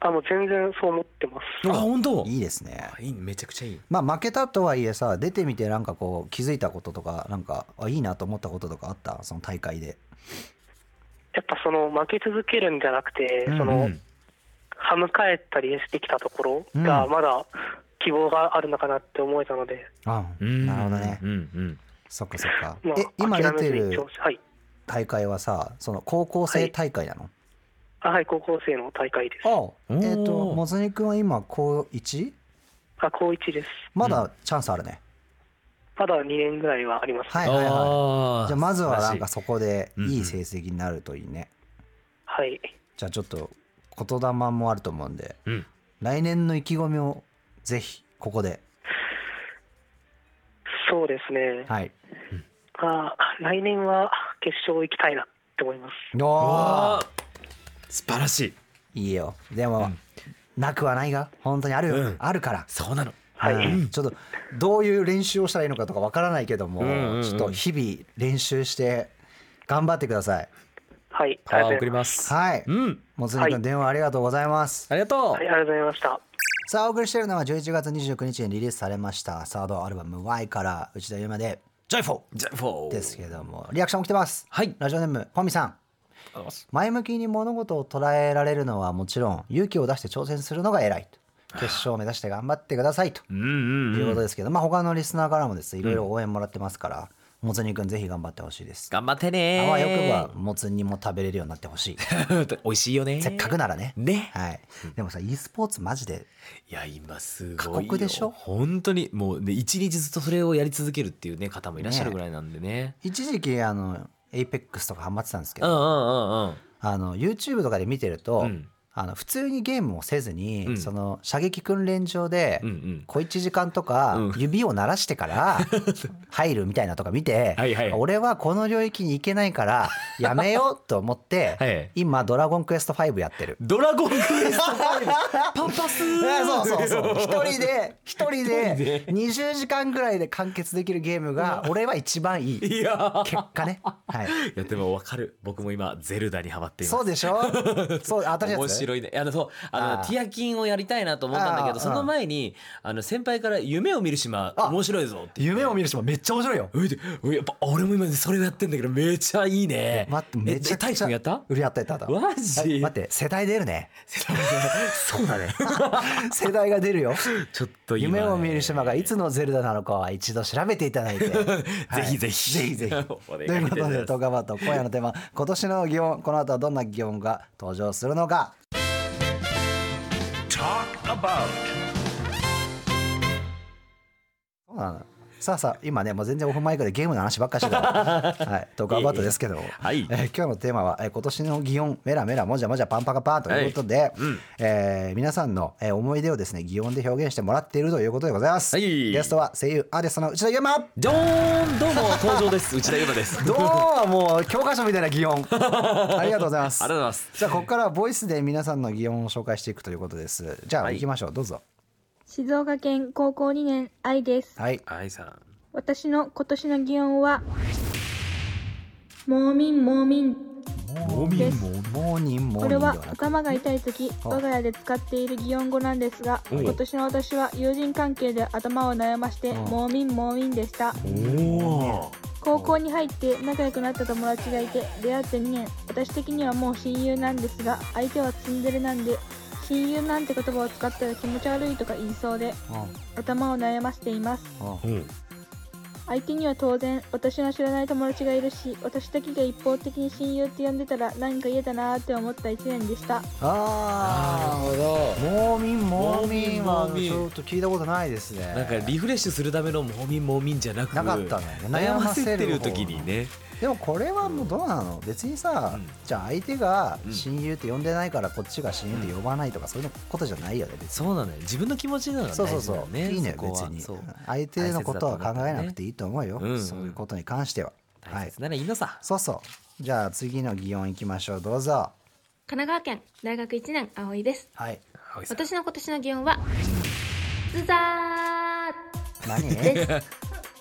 [SPEAKER 4] あ、もう全然そう思ってま
[SPEAKER 3] あ、
[SPEAKER 4] す。
[SPEAKER 3] 本当
[SPEAKER 2] いいですね。
[SPEAKER 3] あいいねめちゃくちゃいい。
[SPEAKER 2] まあ負けたとはいえさ出てみてなんかこう気づいたこととかなんかあいいなと思ったこととかあったその大会で。
[SPEAKER 4] やっぱその負け続けるんじゃなくて、
[SPEAKER 2] うんうん
[SPEAKER 4] その、歯向かえたりしてきたところが、
[SPEAKER 2] うん
[SPEAKER 4] まだ希望があるのかなって思えたので、
[SPEAKER 2] あ
[SPEAKER 3] うん
[SPEAKER 2] なるほどね
[SPEAKER 3] う。んうん。
[SPEAKER 2] そっかそっか。
[SPEAKER 4] ま
[SPEAKER 2] え今
[SPEAKER 4] あ、
[SPEAKER 2] 出
[SPEAKER 4] 諦め
[SPEAKER 2] て
[SPEAKER 4] ずに
[SPEAKER 2] る
[SPEAKER 4] 挑戦。はい。
[SPEAKER 2] 大会はさその高校生大会なの、
[SPEAKER 4] あ、はい、高校生の大会です。
[SPEAKER 2] ああえっ、
[SPEAKER 3] おー
[SPEAKER 2] ともずにくんは今高 1?
[SPEAKER 4] あ、高1です。
[SPEAKER 2] まだチャンスあるね、
[SPEAKER 4] まだ2年ぐらいはあります。
[SPEAKER 2] はいはいは
[SPEAKER 3] あ
[SPEAKER 2] い
[SPEAKER 3] あ
[SPEAKER 2] じゃあまずはなんか
[SPEAKER 3] 素
[SPEAKER 2] そこで
[SPEAKER 3] うんうん
[SPEAKER 2] いい成績になるといいね、
[SPEAKER 4] はい。
[SPEAKER 2] じゃあちょっと言霊もあると思うんで
[SPEAKER 3] 晴らしい
[SPEAKER 2] 来年の意気込みをぜひここで
[SPEAKER 4] そうですね。
[SPEAKER 2] はい
[SPEAKER 4] あー来年は決勝行きたいなって思います。
[SPEAKER 2] お
[SPEAKER 3] うん。わ
[SPEAKER 2] ー
[SPEAKER 3] あ素晴らしい。
[SPEAKER 2] いいよでも、なくはないが本当にあるよ、
[SPEAKER 3] うん
[SPEAKER 2] あるから
[SPEAKER 3] そうなの。
[SPEAKER 4] はい
[SPEAKER 2] うんちょっとどういう練習をしたらいいのかとかわからないけども、
[SPEAKER 3] うんうんうん
[SPEAKER 2] ちょっと日々練習して頑張ってください。
[SPEAKER 4] はい。
[SPEAKER 3] パワー
[SPEAKER 4] あ
[SPEAKER 3] を送り
[SPEAKER 4] りがとうございま
[SPEAKER 3] ます。
[SPEAKER 2] はい。
[SPEAKER 3] うん。
[SPEAKER 2] もつにく
[SPEAKER 4] は
[SPEAKER 2] ん
[SPEAKER 4] い
[SPEAKER 2] 電話ありがとうございます。
[SPEAKER 3] ありがと
[SPEAKER 4] す。はい、ありがとうございました。
[SPEAKER 2] さあお送りしているのは11月29日にリリースされましたサードアルバム Y から内田優馬でジョイフォー
[SPEAKER 3] う。じゃあ、フォー。
[SPEAKER 2] ですけどもリアクションも来てます。
[SPEAKER 3] はい。
[SPEAKER 2] ラジオネームポミさん。前向きに物事を捉えられるのはもちろん勇気を出して挑戦するのが偉いと決勝を目指して頑張ってくださいと
[SPEAKER 3] うんうん
[SPEAKER 2] いうことですけど、まあ他のリスナーからもですねいろいろ応援もらってますから、もつ煮くんぜひ頑張ってほしいです。
[SPEAKER 3] 頑張って
[SPEAKER 2] あ
[SPEAKER 3] ねー
[SPEAKER 2] わよくばもつ煮も食べれるようになってほしい。
[SPEAKER 3] 美味しいよね
[SPEAKER 2] せっかくならね。
[SPEAKER 3] ね
[SPEAKER 2] はい。でもさ、e スポーツマジで、
[SPEAKER 3] いや今すごいよ
[SPEAKER 2] 過酷でしょ
[SPEAKER 3] 本当にもうね一日ずっとそれをやり続けるっていうね方もいらっしゃるぐらいなんでね
[SPEAKER 2] 一時期あの、エイペックスとかハマってたんですけ
[SPEAKER 3] うん
[SPEAKER 2] ど、
[SPEAKER 3] うんうんうん
[SPEAKER 2] あの YouTube とかで見てると、
[SPEAKER 3] うん
[SPEAKER 2] あの普通にゲームをせずに、
[SPEAKER 3] うん
[SPEAKER 2] その射撃訓練場で、
[SPEAKER 3] うんうん
[SPEAKER 2] 小1時間とか、
[SPEAKER 3] うん
[SPEAKER 2] 指を鳴らしてから 入るみたいなとか見て
[SPEAKER 3] はいはい
[SPEAKER 2] 俺はこの領域に行けないからやめようと思って、
[SPEAKER 3] はい。
[SPEAKER 2] 今「ドラゴンクエスト5」やってる
[SPEAKER 3] ドラゴンクエス ト5パパス
[SPEAKER 2] え
[SPEAKER 3] ー
[SPEAKER 2] そうそうそう一人で一人で
[SPEAKER 3] で
[SPEAKER 2] 20時間ぐらいで完結できるゲームが俺は一番いい
[SPEAKER 3] いやー
[SPEAKER 2] 結果ね、はい、
[SPEAKER 3] いやでも分かる僕も今ゼルダにハマっています
[SPEAKER 2] そうでしょそう新しいやつ
[SPEAKER 3] 面白いね。あのそうあの
[SPEAKER 2] あー
[SPEAKER 3] ティアキンをやりたいなと思ったんだけ
[SPEAKER 2] あー
[SPEAKER 3] ど、その前にあの先輩から夢を見る島
[SPEAKER 2] あ
[SPEAKER 3] 面白いぞって言って。
[SPEAKER 2] 夢を見る人もめっちゃ面白いよ
[SPEAKER 3] ういでういやっぱ俺も今それをやってんだけどめちゃいいね。
[SPEAKER 2] 待ってめちゃ
[SPEAKER 3] え大
[SPEAKER 2] くち
[SPEAKER 3] 志
[SPEAKER 2] ゃ
[SPEAKER 3] 君やった？
[SPEAKER 2] 売りやったやったやった
[SPEAKER 3] マジ
[SPEAKER 2] はい待って世代出るね
[SPEAKER 3] そうだね。
[SPEAKER 2] 世代が出るよ
[SPEAKER 3] ちょっと今ね
[SPEAKER 2] 夢を見 る島がいつのゼルダなのかは一度調べていただいてぜ
[SPEAKER 3] ぜひぜ ひ
[SPEAKER 2] ぜひぜひ
[SPEAKER 3] お
[SPEAKER 2] と
[SPEAKER 3] 願いいたします
[SPEAKER 2] いうことでトガバート今夜のテーマ今年の疑問この後はどんな疑問が登場するのか
[SPEAKER 5] Talk about.
[SPEAKER 2] そうなのさあさあ今ねもう全然オフマイクでゲームの話ばっかりし てたわはいトガバートですけども、
[SPEAKER 3] はい
[SPEAKER 2] えー今日のテーマは、えー今年の擬音メラメラもじゃもじゃパンパカパンということで、えー皆さんの、えー思い出をですね擬音で表現してもらっているということでございます、
[SPEAKER 3] はい
[SPEAKER 2] ゲストは声優アーティストの内田 優馬
[SPEAKER 3] ジョーンどうも登場です。内田裕太です。
[SPEAKER 2] どうもう教科書みたいな擬 音ありがとうございます
[SPEAKER 3] ありがとうございます
[SPEAKER 2] じゃあここからはボイスで皆さんの擬音を紹介していくということですじゃあ
[SPEAKER 3] はい
[SPEAKER 2] 行きましょう、どうぞ
[SPEAKER 6] 静岡県高校2年愛です
[SPEAKER 2] はい
[SPEAKER 3] 愛さん。
[SPEAKER 6] 私の今年の擬音はモーミンモーミン
[SPEAKER 2] モー
[SPEAKER 6] ミン
[SPEAKER 2] モーモーニンモー
[SPEAKER 6] こ
[SPEAKER 2] ニ
[SPEAKER 6] れ
[SPEAKER 2] ンでは
[SPEAKER 6] は
[SPEAKER 2] なく
[SPEAKER 6] 頭が痛い時
[SPEAKER 2] あ
[SPEAKER 6] 我が家で使っている擬音語なんですが
[SPEAKER 3] おう
[SPEAKER 6] 今年の私は友人関係で頭を悩ましてモーミンモーミンでした
[SPEAKER 3] お
[SPEAKER 6] 高校に入って仲良くなった友達がいて出会って2年私的にはもう親友なんですが相手はツンデレなんで親友なんて言葉を使ったら気持ち悪いとか言いそうで頭を悩ませています
[SPEAKER 2] うんうん
[SPEAKER 3] お。うん。
[SPEAKER 6] 相手には当然私の知らない友達がいるし私だけが一方的に親友って呼んでたら何か嫌だなーって思った1年でした
[SPEAKER 2] あ
[SPEAKER 3] なるほ
[SPEAKER 2] ーモーミンモーミンは
[SPEAKER 3] モーミン
[SPEAKER 2] ちょっと聞いたことないですね
[SPEAKER 3] ど。なんかリフレッシュするためのもみもみんじゃなく
[SPEAKER 2] なかったね
[SPEAKER 3] 悩ませて
[SPEAKER 2] 悩ま
[SPEAKER 3] る
[SPEAKER 2] せる方
[SPEAKER 3] 時にね。
[SPEAKER 2] でもこれはもうどうなの別にさ、
[SPEAKER 3] うん
[SPEAKER 2] じゃあ相手が
[SPEAKER 3] うん
[SPEAKER 2] 親友って呼んでないからこっちが親友って呼ばないとかそういうことじゃないよね別に
[SPEAKER 3] そうなのよ自分の気持ちなのが
[SPEAKER 2] そうそ
[SPEAKER 3] 大
[SPEAKER 2] う
[SPEAKER 3] 事な
[SPEAKER 2] そ
[SPEAKER 3] の
[SPEAKER 2] う、
[SPEAKER 3] ね
[SPEAKER 2] いいのよ
[SPEAKER 3] そこ
[SPEAKER 2] 別
[SPEAKER 3] は
[SPEAKER 2] に
[SPEAKER 3] そう
[SPEAKER 2] 相手のことは考えなくて
[SPEAKER 3] いい
[SPEAKER 2] いいと思うよ、
[SPEAKER 3] うんうん
[SPEAKER 2] そういうことに関しては、は
[SPEAKER 3] 大
[SPEAKER 2] い
[SPEAKER 3] 切ならいいのさ
[SPEAKER 2] そうそうじゃあ次の擬音いきましょうどうぞ
[SPEAKER 7] 神奈川県大学1年葵です
[SPEAKER 2] はい
[SPEAKER 3] 青井さん
[SPEAKER 7] 私の今年の祇園はズザ
[SPEAKER 2] 何
[SPEAKER 7] ーです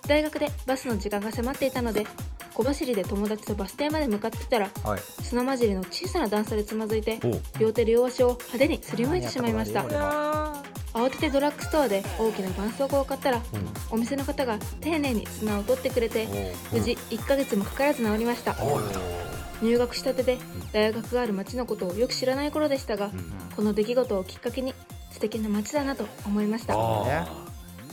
[SPEAKER 7] 大学でバスの時間が迫っていたので小走りで友達とバス停まで向かってたら
[SPEAKER 2] はい
[SPEAKER 7] 砂混じりの小さな段差でつまずいて
[SPEAKER 3] おう
[SPEAKER 7] 両手両足を派手にすりむいてしまいました
[SPEAKER 2] あやったことあるよ
[SPEAKER 7] 慌ててドラッグストアで大きな絆創膏を買ったらお店の方が丁寧に砂を取ってくれて無事1ヶ月もかからず治りました入学したてで大学がある町のことをよく知らない頃でしたがこの出来事をきっかけに素敵な町だなと思いました
[SPEAKER 2] ーね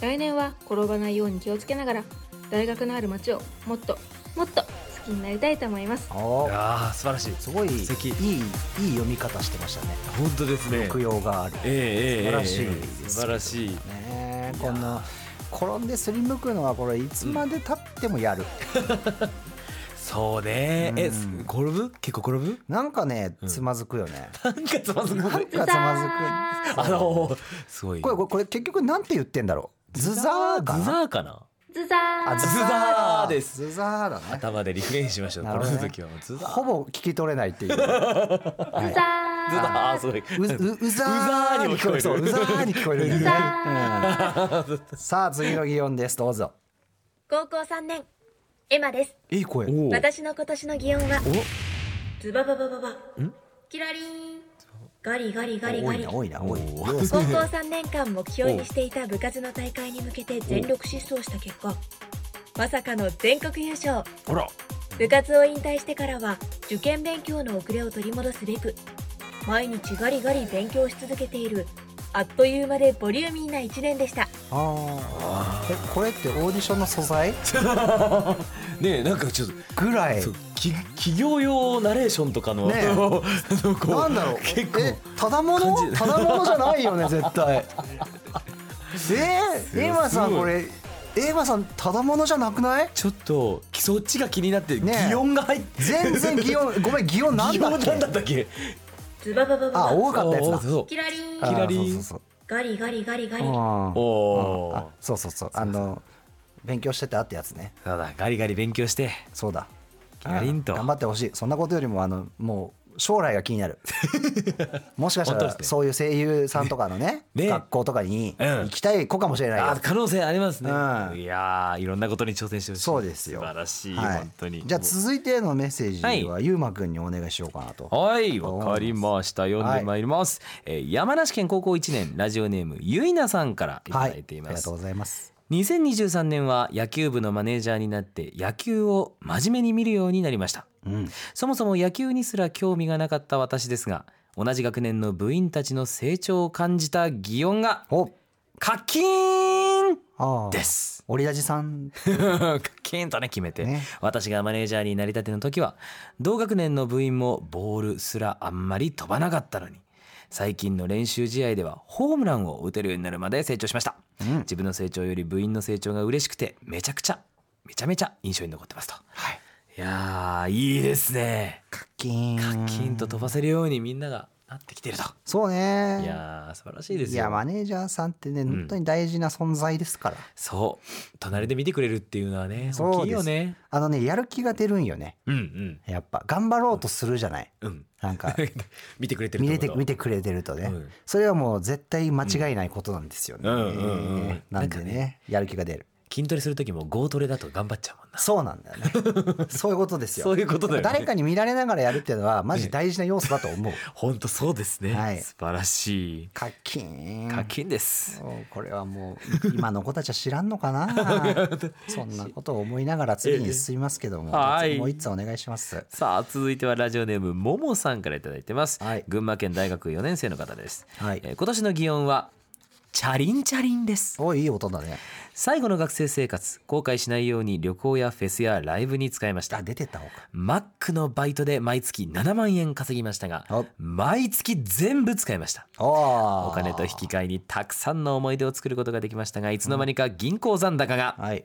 [SPEAKER 7] 来年は転ばないように気をつけながら大学のある町をもっともっと好きになりたいと思います
[SPEAKER 2] おー
[SPEAKER 3] あー素晴らしい
[SPEAKER 2] すごいいいいい
[SPEAKER 3] 素敵
[SPEAKER 2] 読み方してましたね
[SPEAKER 3] 本当ですね
[SPEAKER 2] 供養がある、
[SPEAKER 3] ええええええ
[SPEAKER 2] 素晴らしいですけどね
[SPEAKER 3] 素晴らしい
[SPEAKER 2] ねこの転んですりむくのはこれいつまでたってもやる、
[SPEAKER 3] そうね
[SPEAKER 2] うん
[SPEAKER 3] えす転ぶ結構転ぶ
[SPEAKER 2] なんかね
[SPEAKER 3] ん
[SPEAKER 2] つまずくよね、
[SPEAKER 3] なんかつまずく
[SPEAKER 2] なんかつまずく
[SPEAKER 3] あのーすごい
[SPEAKER 2] これこれこれ結局なんて言ってんだろうズザーかな
[SPEAKER 3] ズザーかな
[SPEAKER 7] ズザー
[SPEAKER 2] あ
[SPEAKER 3] ズザーです
[SPEAKER 2] ズザーだね
[SPEAKER 3] 頭でリフレインしましょう
[SPEAKER 2] なるほ
[SPEAKER 3] 転
[SPEAKER 2] どね
[SPEAKER 3] ぶ時はもうズザー
[SPEAKER 2] ほぼ聞き取れないっていう、はい
[SPEAKER 7] ズザー
[SPEAKER 3] ズザーあーすごいう
[SPEAKER 2] ううざーに聞こえるそううざーに聞こえるんだよね、うんさあ次の擬音ですどうぞ
[SPEAKER 8] 高校3年エマです
[SPEAKER 2] いい声
[SPEAKER 3] おー
[SPEAKER 8] 私の今年の祇園はズバババババキラリーンガリガリガリ
[SPEAKER 2] 多
[SPEAKER 8] ガ
[SPEAKER 2] い
[SPEAKER 8] リ
[SPEAKER 2] な
[SPEAKER 8] 高
[SPEAKER 2] 多いな多い
[SPEAKER 3] お
[SPEAKER 2] よ
[SPEAKER 8] 校
[SPEAKER 2] う
[SPEAKER 8] 3年間目標にしていた部活の大会に向けて全力疾走した結果まさかの全国優勝
[SPEAKER 3] ほら
[SPEAKER 8] 部活を引退してからは受験勉強の遅れを取り戻すべく毎日ガリガリ勉強し続けているあっという間でボリューミーな1年でした
[SPEAKER 2] あーえこれってオーディションの素材
[SPEAKER 3] ねえなんかちょっと
[SPEAKER 2] ぐらい
[SPEAKER 3] そうき企業用ナレーションとかの、
[SPEAKER 2] ねえ
[SPEAKER 3] あのこ
[SPEAKER 2] なんだろう
[SPEAKER 3] 結構
[SPEAKER 2] えただも
[SPEAKER 3] 感
[SPEAKER 2] の
[SPEAKER 3] じ
[SPEAKER 2] ただものじゃない よね絶対えー、エイマさん
[SPEAKER 3] すごい
[SPEAKER 2] これエイマさんただものじゃなくない
[SPEAKER 3] ちょっとそっちが気になって、
[SPEAKER 2] ねえ
[SPEAKER 3] 擬音が入って
[SPEAKER 2] 全然擬 音ごめん擬音なん
[SPEAKER 3] 擬
[SPEAKER 2] だ
[SPEAKER 3] 音
[SPEAKER 2] っ
[SPEAKER 3] な
[SPEAKER 2] け
[SPEAKER 3] んだったっけ
[SPEAKER 8] ズババババ
[SPEAKER 2] あ
[SPEAKER 8] バ
[SPEAKER 2] 多かったやつだ
[SPEAKER 3] そうそう
[SPEAKER 8] キラリン
[SPEAKER 2] あー
[SPEAKER 3] キラリン
[SPEAKER 2] そうそう
[SPEAKER 8] ガリガリガリガ
[SPEAKER 2] そう
[SPEAKER 8] リ
[SPEAKER 2] うん
[SPEAKER 3] おお
[SPEAKER 2] あ
[SPEAKER 3] ー
[SPEAKER 2] そうそうそうあの勉強してたってやつね
[SPEAKER 3] そうだガリガリ勉強して
[SPEAKER 2] そうだ
[SPEAKER 3] キラリンと
[SPEAKER 2] 頑張ってほしいそんなことよりもあのもう将来が気に なるもしかした
[SPEAKER 3] 本当で
[SPEAKER 2] ら
[SPEAKER 3] すね
[SPEAKER 2] そういう声優さんとかのね
[SPEAKER 3] ね
[SPEAKER 2] 学校とかに
[SPEAKER 3] うん
[SPEAKER 2] 行きたい子かもしれないよ
[SPEAKER 3] あ可能性ありますね、
[SPEAKER 2] うん
[SPEAKER 3] いやーいろんなことに挑戦してほしい
[SPEAKER 2] そうですよ
[SPEAKER 3] 素晴らしい、
[SPEAKER 2] はい
[SPEAKER 3] 本当に
[SPEAKER 2] じゃあ続いてのメッセージは、
[SPEAKER 3] は
[SPEAKER 2] ゆうまくんにお願いしようかなと
[SPEAKER 3] はい、わかりました。読んでまいります。えー山梨県高校1年、ラジオネーム、ゆいなさんからいただいてい
[SPEAKER 2] あ
[SPEAKER 3] ま
[SPEAKER 2] りが
[SPEAKER 3] す。
[SPEAKER 2] とうございます
[SPEAKER 3] 2023年は野球部のマネージャーになって、野球を真面目に見るようになりました。
[SPEAKER 2] うん
[SPEAKER 3] そもそも野球にすら興味がなかった私ですが、同じ学年の部員たちの成長を感じた擬音が、
[SPEAKER 2] お
[SPEAKER 3] 課金
[SPEAKER 2] ああ
[SPEAKER 3] です。
[SPEAKER 2] オリラジさん
[SPEAKER 3] カキンとね決めて、
[SPEAKER 2] ね
[SPEAKER 3] 私がマネージャーになりたての時は同学年の部員もボールすらあんまり飛ばなかったのに最近の練習試合ではホームランを打てるようになるまで成長しました、
[SPEAKER 2] うん
[SPEAKER 3] 自分の成長より部員の成長が嬉しくてめちゃくちゃめちゃめちゃ印象に残ってますと、
[SPEAKER 2] はい
[SPEAKER 3] い、やーいいですね
[SPEAKER 2] 課金
[SPEAKER 3] カキンと飛ばせるようにみんながなってきてると、
[SPEAKER 2] そうね
[SPEAKER 3] いやー素晴らしいですよ
[SPEAKER 2] いやマネージャーさんってね、
[SPEAKER 3] ん
[SPEAKER 2] 本当に大事な存在ですから
[SPEAKER 3] そう隣で見てくれるっていうのはね
[SPEAKER 2] そう
[SPEAKER 3] 大
[SPEAKER 2] です
[SPEAKER 3] きいよね
[SPEAKER 2] あのねやる気が出るんよね
[SPEAKER 3] うん
[SPEAKER 2] やっぱ頑張ろうとするじゃない
[SPEAKER 3] うんうん
[SPEAKER 2] なんか
[SPEAKER 3] 見てくれてる
[SPEAKER 2] 見れ
[SPEAKER 3] って
[SPEAKER 2] て
[SPEAKER 3] こと
[SPEAKER 2] 見てくれてるとね、
[SPEAKER 3] うん
[SPEAKER 2] それはもう絶対間違いないことなんですよね、
[SPEAKER 3] うんうんうん
[SPEAKER 2] なんで
[SPEAKER 3] うん
[SPEAKER 2] ね
[SPEAKER 3] なんかね
[SPEAKER 2] やる気が出る
[SPEAKER 3] 筋トレする時もゴートレだと頑張っちゃうもんな
[SPEAKER 2] そうなんだよね そういうことですよ
[SPEAKER 3] そういうことだよね
[SPEAKER 2] 誰かに見られながらやるっていうのはマジ大事な要素だと思う
[SPEAKER 3] 本当そうですね、
[SPEAKER 2] はい
[SPEAKER 3] 素晴らしい
[SPEAKER 2] 課金
[SPEAKER 3] 課金です、
[SPEAKER 2] おこれはもう今の子たちは知らんのか なそんなことを思いながら次に進みますけども、
[SPEAKER 3] はい
[SPEAKER 2] もう一つお願いします
[SPEAKER 3] さあ続いてはラジオネームももさんからいただいてます、
[SPEAKER 2] はい
[SPEAKER 3] 群馬県大学4年生の方です、
[SPEAKER 2] はい
[SPEAKER 3] えー今年の祇園はチャリンチャリンです
[SPEAKER 2] おいいい音だね
[SPEAKER 3] 最後の学生生活後悔しないように旅行やフェスやライブに使いました
[SPEAKER 2] あ出てった方か
[SPEAKER 3] マックのバイトで毎月7万円稼ぎましたが
[SPEAKER 2] お
[SPEAKER 3] 毎月全部使いました
[SPEAKER 2] お
[SPEAKER 3] お金と引き換えにたくさんの思い出を作ることができましたがいつの間にか銀行残高が
[SPEAKER 2] はい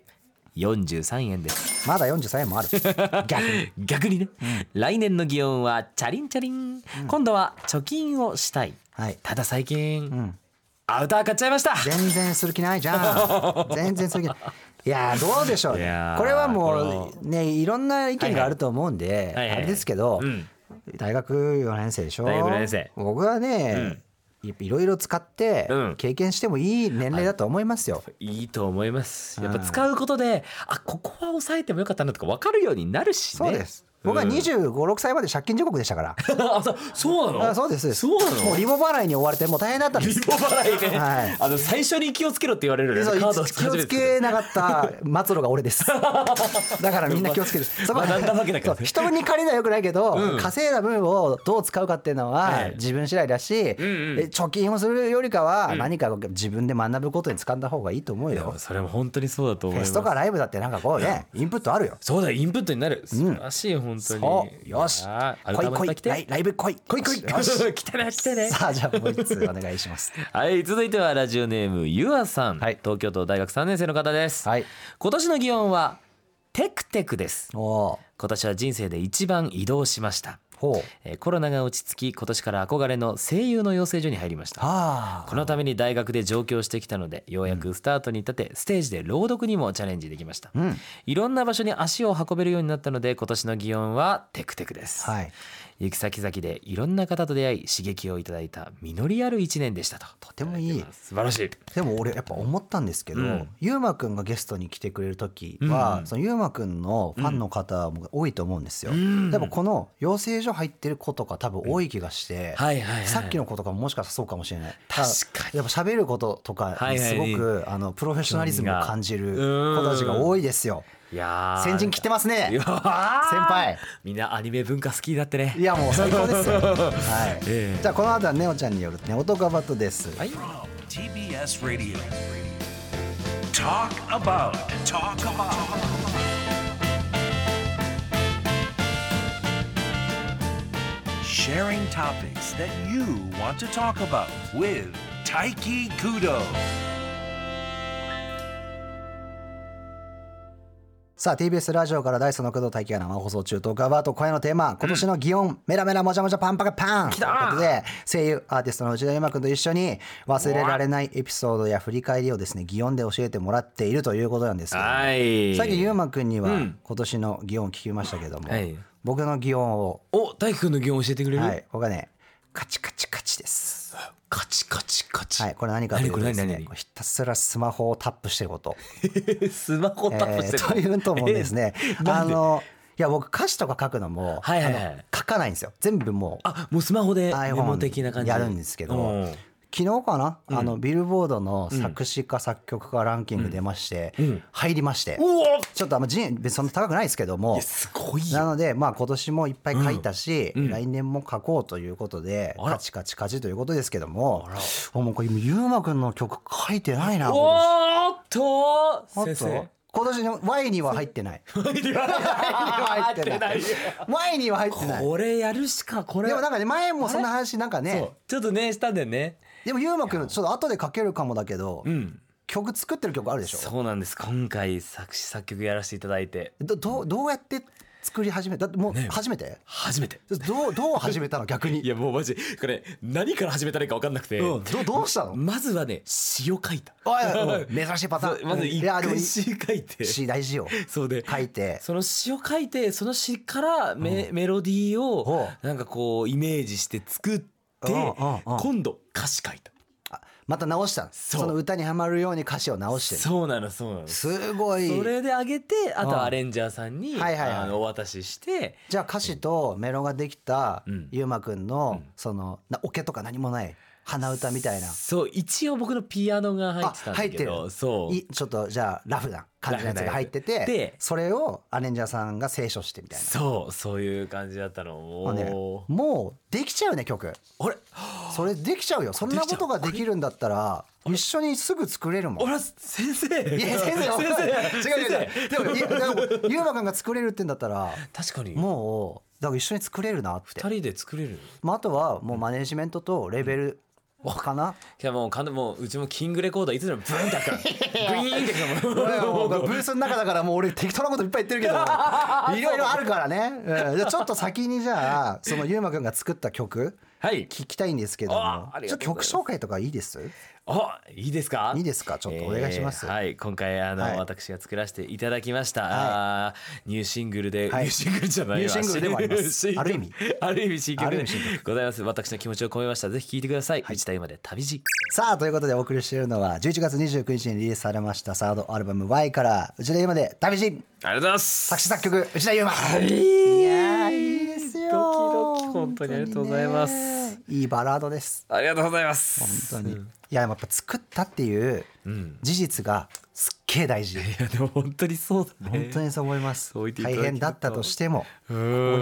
[SPEAKER 3] 43円です
[SPEAKER 2] まだ43円もある 逆に
[SPEAKER 3] 逆にね、来年の祇園はチャリンチャリン、今度は貯金をしたい
[SPEAKER 2] はい、
[SPEAKER 3] ただ最近、
[SPEAKER 2] うん、
[SPEAKER 3] アウター買っちゃいました
[SPEAKER 2] 全然する気ないじ ゃん全然する気ないいやーどうでしょう
[SPEAKER 3] いやー
[SPEAKER 2] これはも
[SPEAKER 3] こ
[SPEAKER 2] うねいろんな意見があると思うんで、
[SPEAKER 3] はいはい
[SPEAKER 2] あれですけど、
[SPEAKER 3] うん
[SPEAKER 2] 大学4年生でしょ
[SPEAKER 3] 大学四年生
[SPEAKER 2] 僕はね、やっぱいろいろ使って
[SPEAKER 3] うん
[SPEAKER 2] 経験してもいい年齢だと思いますよ、
[SPEAKER 3] いいと思いますやっぱ使うことであここは抑えてもよかったなとか分かるようになるし
[SPEAKER 2] そ
[SPEAKER 3] ね
[SPEAKER 2] うです、僕は
[SPEAKER 3] うん
[SPEAKER 2] 2 5 6歳まで借金地獄でしたから
[SPEAKER 3] あそうそうなの
[SPEAKER 2] あ そうです
[SPEAKER 3] そうな
[SPEAKER 2] もう
[SPEAKER 3] の
[SPEAKER 2] リボ払いに追われてもう大変だったんで
[SPEAKER 3] リ
[SPEAKER 2] す
[SPEAKER 3] ボ払いね、
[SPEAKER 2] はい
[SPEAKER 3] あの最初に気をつけろって言われるよね
[SPEAKER 2] そう
[SPEAKER 3] カードを
[SPEAKER 2] 気を
[SPEAKER 3] 始め
[SPEAKER 2] つ
[SPEAKER 3] てから
[SPEAKER 2] けなかった末路が俺 です。だからみんな気をつけて。そこ
[SPEAKER 3] 学んだわけだからね
[SPEAKER 2] そう人に借りるのはよくないけど、
[SPEAKER 3] うん
[SPEAKER 2] 稼いだ分をどう使うかっていうの
[SPEAKER 3] は
[SPEAKER 2] はい自分次第だし、え
[SPEAKER 3] ん
[SPEAKER 2] 貯金をするよりかは何か自分で学ぶことに掴んだ方がいいと思う
[SPEAKER 3] で
[SPEAKER 2] よ
[SPEAKER 3] も。それも本当にそうだと思
[SPEAKER 2] フ
[SPEAKER 3] いま
[SPEAKER 2] ェ
[SPEAKER 3] す
[SPEAKER 2] スとかライブだってなんかこうね、インプットあるよ。
[SPEAKER 3] そうだインプットになる素晴らしい、本当に
[SPEAKER 2] そうよし
[SPEAKER 3] いやー
[SPEAKER 2] 来
[SPEAKER 3] 改めて
[SPEAKER 2] い
[SPEAKER 3] 来
[SPEAKER 2] 来い
[SPEAKER 3] て
[SPEAKER 2] ライブ来い来い来い
[SPEAKER 3] よ
[SPEAKER 2] よし
[SPEAKER 3] し来てね来てね
[SPEAKER 2] さあじゃあもう一つお願いします。
[SPEAKER 3] はい続いてはラジオネームゆあさん、
[SPEAKER 2] はい
[SPEAKER 3] 東京都大学3年生の方です、
[SPEAKER 2] はい。
[SPEAKER 3] 今年の祇園はテクテクです
[SPEAKER 2] おー
[SPEAKER 3] 今年は人生で一番移動しました
[SPEAKER 2] ほう。
[SPEAKER 3] えーコロナが落ち着き今年から憧れの声優の養成所に入りました
[SPEAKER 2] は
[SPEAKER 3] このために大学で上京してきたのでようやくスタートに立てステージで朗読にもチャレンジできました、
[SPEAKER 2] あ。うん。
[SPEAKER 3] いろんな場所に足を運べるようになったので今年の祇園はテクテクです、
[SPEAKER 2] はい。
[SPEAKER 3] 行く先々でいろんな方と出会い刺激をいただいた実りある一年でしたとと
[SPEAKER 2] てもいい
[SPEAKER 3] 素晴らしい
[SPEAKER 2] でも俺やっぱ思ったんですけど、
[SPEAKER 3] うん
[SPEAKER 2] ゆうまくんがゲストに来てくれる時は、
[SPEAKER 3] うん
[SPEAKER 2] そのゆうまくんのファンの方も多いと思うんですよ。
[SPEAKER 3] ん
[SPEAKER 2] でもこの養成所入ってる子とか多分多い気がして、
[SPEAKER 3] はいはいはい
[SPEAKER 2] さっきの子とかももしかしたらそうかもしれない。
[SPEAKER 3] 確かに
[SPEAKER 2] やっぱ喋ることとか
[SPEAKER 3] はい
[SPEAKER 2] に
[SPEAKER 3] はい
[SPEAKER 2] すごく、あのプロフェッショナリズムを感じる子たちが多いですよ。
[SPEAKER 3] いやー
[SPEAKER 2] 先陣切ってます
[SPEAKER 3] いや
[SPEAKER 2] ね。
[SPEAKER 3] ー
[SPEAKER 2] 先輩
[SPEAKER 3] みんなアニメ文化好きだって
[SPEAKER 2] い
[SPEAKER 3] ね
[SPEAKER 2] やもう最高です よ。はい。
[SPEAKER 3] ええ
[SPEAKER 2] じゃあこの後はネオちゃんによるネオトガバトです。
[SPEAKER 3] はい
[SPEAKER 5] TBS Radio. Talk about. Talk about. 「sharing topics that you want to talk about with Taiki Kudo
[SPEAKER 2] さあ TBS ラジオからダイソーの工藤大輝が生放送中とガバーと今夜のテーマ今年の擬音、メラメラもじゃもじゃパンパカパンということで声優アーティストの内田優馬君と一緒に忘れられないエピソードや振り返りをですね擬音で教えてもらっているということなんですけども
[SPEAKER 3] はい
[SPEAKER 2] さっき優馬君に
[SPEAKER 3] う
[SPEAKER 2] は
[SPEAKER 3] ん
[SPEAKER 2] 今年の擬音聞きましたけども、
[SPEAKER 3] はい
[SPEAKER 2] 僕の擬音を
[SPEAKER 3] お大輝くんの疑問教えてくれる、
[SPEAKER 2] はい僕はねカチカチカチです
[SPEAKER 3] カチカチカチ、
[SPEAKER 2] はいこれ何かというとです
[SPEAKER 3] 何これ何
[SPEAKER 2] ね
[SPEAKER 3] 何
[SPEAKER 2] ひたすらスマホをタップしてること
[SPEAKER 3] スマホタップしてる、、
[SPEAKER 2] えーというともですね
[SPEAKER 3] な
[SPEAKER 2] あ
[SPEAKER 3] んで
[SPEAKER 2] のいや僕歌詞とか書くのも、
[SPEAKER 3] はいはいはい
[SPEAKER 2] あの書かないんですよ全部もう
[SPEAKER 3] あもうスマホで
[SPEAKER 2] iPhone
[SPEAKER 3] メモ的な感じで
[SPEAKER 2] やるんですけど
[SPEAKER 3] うんはい
[SPEAKER 2] 昨日かな、あのビルボードの作詞家、作曲家ランキング出まして、
[SPEAKER 3] ん
[SPEAKER 2] 入りまして、ちょっとあんま順位別にそんな高くないですけども
[SPEAKER 3] やすごいよ
[SPEAKER 2] なのでまあ今年もいっぱい書いたし、
[SPEAKER 3] うんうん
[SPEAKER 2] 来年も書こうということで、
[SPEAKER 3] あら
[SPEAKER 2] カチカチカチということですけどもあもうこれゆうまくんの曲書いてないな
[SPEAKER 3] お
[SPEAKER 2] 今
[SPEAKER 3] ーっと
[SPEAKER 2] 年
[SPEAKER 3] 先生
[SPEAKER 2] 今年の Y には入って ない
[SPEAKER 3] 入
[SPEAKER 2] 入ってない
[SPEAKER 3] よ
[SPEAKER 2] Y には入ってない
[SPEAKER 3] これやるしかこれ
[SPEAKER 2] でもなんかね前もそんな話なんか
[SPEAKER 3] そう
[SPEAKER 2] ね
[SPEAKER 3] ちょっとねしたんだよね
[SPEAKER 2] でもゆうまくんちょっと後で書けるかもだけど、
[SPEAKER 3] うん
[SPEAKER 2] 曲作ってる曲あるでしょ
[SPEAKER 3] そうなんです今回作詞作曲やらせていただいて
[SPEAKER 2] どどうどうやって作り始めただってもう
[SPEAKER 3] ね
[SPEAKER 2] 初めて、
[SPEAKER 3] 初めて
[SPEAKER 2] どうどう始め たの逆に
[SPEAKER 3] いやもうマジこれ何から始めたらいいか分かんなくて、
[SPEAKER 2] うんどどうしたの
[SPEAKER 3] まずはね詩を書い た
[SPEAKER 2] あいやうん珍しいパタ
[SPEAKER 3] そう
[SPEAKER 2] ーン
[SPEAKER 3] まず一
[SPEAKER 2] いやでも
[SPEAKER 3] 回詩書いて
[SPEAKER 2] 詩大事 よ
[SPEAKER 3] そうで
[SPEAKER 2] 書いて
[SPEAKER 3] その詩を書いてその詩からメ,、メロディーを
[SPEAKER 2] ほ
[SPEAKER 3] なんかこうイメージして作って
[SPEAKER 2] うんうんうん
[SPEAKER 3] 今度歌詞書いた
[SPEAKER 2] あまた直したの
[SPEAKER 3] そ
[SPEAKER 2] そうの歌にはまるように歌詞を直してる
[SPEAKER 3] そうなのそうなのそ
[SPEAKER 2] すごい
[SPEAKER 3] れであげてあと
[SPEAKER 2] うん
[SPEAKER 3] はアレンジャーさんに、
[SPEAKER 2] はいはいはい
[SPEAKER 3] あのお渡しして
[SPEAKER 2] じゃあ歌詞とメロができた
[SPEAKER 3] うん
[SPEAKER 2] ゆうまくんの、そのなオケとか何もない鼻歌みたいな
[SPEAKER 3] そう一応僕のピアノが入ってたんだけ
[SPEAKER 2] あ入って
[SPEAKER 3] ど
[SPEAKER 2] る
[SPEAKER 3] そう
[SPEAKER 2] いちょっとじゃあラフな感じのやつが入って
[SPEAKER 3] ラフなやつ
[SPEAKER 2] て
[SPEAKER 3] で
[SPEAKER 2] それをアレンジャーさんが清書してみたいな。
[SPEAKER 3] そうそういう感じだったのも
[SPEAKER 2] もう
[SPEAKER 3] う、
[SPEAKER 2] ねもうできちゃうね曲
[SPEAKER 3] あれ
[SPEAKER 2] それできちゃうよそんなことができるんだったら一緒にすぐ作れるもん
[SPEAKER 3] あら先生
[SPEAKER 2] いや先生
[SPEAKER 3] 先生
[SPEAKER 2] 違う違う
[SPEAKER 3] 先
[SPEAKER 2] 違うでもいやでもゆうまくんが作れるってんだったら
[SPEAKER 3] 確かに
[SPEAKER 2] もうだから一緒に作れるなって
[SPEAKER 3] 二、人で作れる
[SPEAKER 2] まあ、あとはもうマネジメントとレベルかな、
[SPEAKER 3] いやもうかんもううちもキングレコーダーいつでもブーンって開 くからグイーンって開く
[SPEAKER 2] 俺
[SPEAKER 3] から
[SPEAKER 2] は
[SPEAKER 3] も
[SPEAKER 2] も
[SPEAKER 3] う
[SPEAKER 2] うブースの中だからもう俺適当なこといっぱい言って るけどいろいろあるからね、うんじゃあちょっと先にじゃあそのゆうまくんが作った曲
[SPEAKER 3] はい
[SPEAKER 2] 聞きたいんですけど
[SPEAKER 3] あ
[SPEAKER 2] も
[SPEAKER 3] あり
[SPEAKER 2] ちょ
[SPEAKER 3] が
[SPEAKER 2] っ
[SPEAKER 3] と
[SPEAKER 2] と
[SPEAKER 3] う
[SPEAKER 2] 曲
[SPEAKER 3] ございます
[SPEAKER 2] 紹介とかいいです
[SPEAKER 3] あいいですか
[SPEAKER 2] いいですかちょっとお願いします
[SPEAKER 3] えーはい今回あの、
[SPEAKER 2] はい
[SPEAKER 3] 私が作らせていただきました、あーニューシングルで、
[SPEAKER 2] はい
[SPEAKER 3] ニューシングルじゃないわ
[SPEAKER 2] ニューシングルでもあります
[SPEAKER 3] シングル
[SPEAKER 2] ある意味
[SPEAKER 3] ある意味新
[SPEAKER 2] あ
[SPEAKER 3] 曲
[SPEAKER 2] る意
[SPEAKER 3] で
[SPEAKER 2] 味新
[SPEAKER 3] ございます私の気持ちを込めましたぜひ聴いてください、内田今で旅路
[SPEAKER 2] さあということでお送りしているのは11月29日にリリースされましたサードアルバム「Y」から内田優馬で「旅路
[SPEAKER 3] ありがとうございます」
[SPEAKER 2] 作詞作曲内田優馬
[SPEAKER 3] い
[SPEAKER 2] いやーいいですよ
[SPEAKER 3] ドキドキ本当にありがとうございます
[SPEAKER 2] 本当にねいいバラードです
[SPEAKER 3] ありがとうございます
[SPEAKER 2] 本当にいややっぱ作ったっていう事実がすっげえ大事
[SPEAKER 3] いやでも本当にそうだね
[SPEAKER 2] 本当にそう思います
[SPEAKER 3] そう言っていただ
[SPEAKER 2] 大
[SPEAKER 3] けると
[SPEAKER 2] 変だったとしてもここ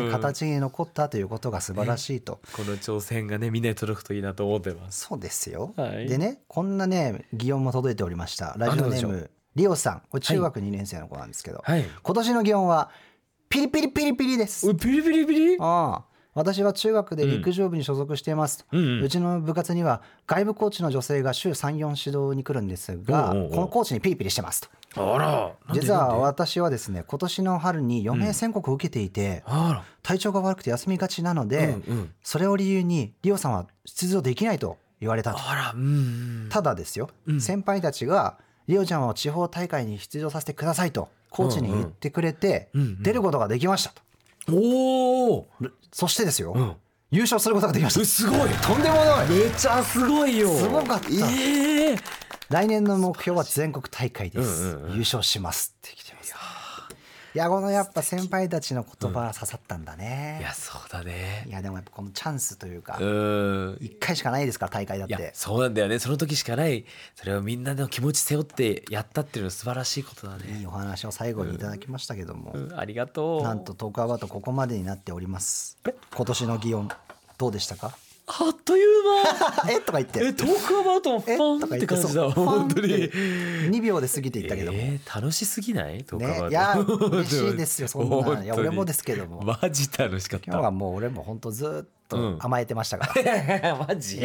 [SPEAKER 2] に形に残ったということが素晴らしいと
[SPEAKER 3] この挑戦がねみんなに届くといいなと思ってます
[SPEAKER 2] そうですよ、
[SPEAKER 3] はい
[SPEAKER 2] でねこんなね擬音も届いておりましたラジオネー
[SPEAKER 3] あどうで
[SPEAKER 2] ムリオさんこれ中学2年生の子なんですけど、
[SPEAKER 3] はい
[SPEAKER 2] 今年の擬音はピリピリピリピリです
[SPEAKER 3] うピリピリピリ
[SPEAKER 2] ああ私は中学で陸上部に所属しています、
[SPEAKER 3] う
[SPEAKER 2] うん
[SPEAKER 3] うん
[SPEAKER 2] ちの部活には外部コーチの女性が週34指導に来るんですが
[SPEAKER 3] おうおうおう
[SPEAKER 2] このコーチにピリピリしてますと
[SPEAKER 3] あら
[SPEAKER 2] 実は私はですね今年の春に余命宣告を受けていて、
[SPEAKER 3] あ
[SPEAKER 2] 体調が悪くて休みがちなの
[SPEAKER 3] ら
[SPEAKER 2] で、
[SPEAKER 3] うんうん
[SPEAKER 2] それを理由にリオさんは出場できないと言われたと
[SPEAKER 3] あらうんうん
[SPEAKER 2] ただですよ、
[SPEAKER 3] ん
[SPEAKER 2] 先輩たちがリオちゃんを地方大会に出場させてくださいとコーチに言ってくれて
[SPEAKER 3] うんうん
[SPEAKER 2] 出ることができましたと、
[SPEAKER 3] おお
[SPEAKER 2] そしてですよ、
[SPEAKER 3] うん
[SPEAKER 2] 優勝することができました
[SPEAKER 3] すごい
[SPEAKER 2] とんでもない
[SPEAKER 3] めちゃすごいよ
[SPEAKER 2] すごかった
[SPEAKER 3] ええ
[SPEAKER 2] 来年の目標は全国大会です、
[SPEAKER 3] うんうんうん
[SPEAKER 2] 優勝しますって来てますいやこのやっぱ先輩たちの言葉は刺さったんだ
[SPEAKER 3] い
[SPEAKER 2] ね、
[SPEAKER 3] やそうだね
[SPEAKER 2] いやでもやっぱこのチャンスというか
[SPEAKER 3] う
[SPEAKER 2] 1
[SPEAKER 3] ん
[SPEAKER 2] 回しかないですから大会だっ
[SPEAKER 3] いや
[SPEAKER 2] て
[SPEAKER 3] そうなんだよねその時しかないそれをみんなの気持ち背負ってやったっていうのは素晴らしいことだね
[SPEAKER 2] いいお話を最後にいただきましたけども、
[SPEAKER 3] うんありがとう
[SPEAKER 2] なんとトークアバートここまでになっております今年の祇園どうでしたか
[SPEAKER 3] あっという
[SPEAKER 2] あえとか言っ
[SPEAKER 3] 間え
[SPEAKER 2] て
[SPEAKER 3] トークアバウトもファンって感じだ
[SPEAKER 2] えとか言ってそう
[SPEAKER 3] 本当
[SPEAKER 2] ファンっ
[SPEAKER 3] に
[SPEAKER 2] て。2秒で過ぎていったけども、
[SPEAKER 3] えー楽しすぎないトークアバ
[SPEAKER 2] ね
[SPEAKER 3] ウト
[SPEAKER 2] いや嬉しいですよそん
[SPEAKER 3] 本当
[SPEAKER 2] な
[SPEAKER 3] に
[SPEAKER 2] いや俺もですけども
[SPEAKER 3] マジ楽しかっ
[SPEAKER 2] 今日は
[SPEAKER 3] た
[SPEAKER 2] もう俺も本当ずーっ
[SPEAKER 3] う
[SPEAKER 2] と
[SPEAKER 3] ん
[SPEAKER 2] 甘えてましたから、
[SPEAKER 3] マジ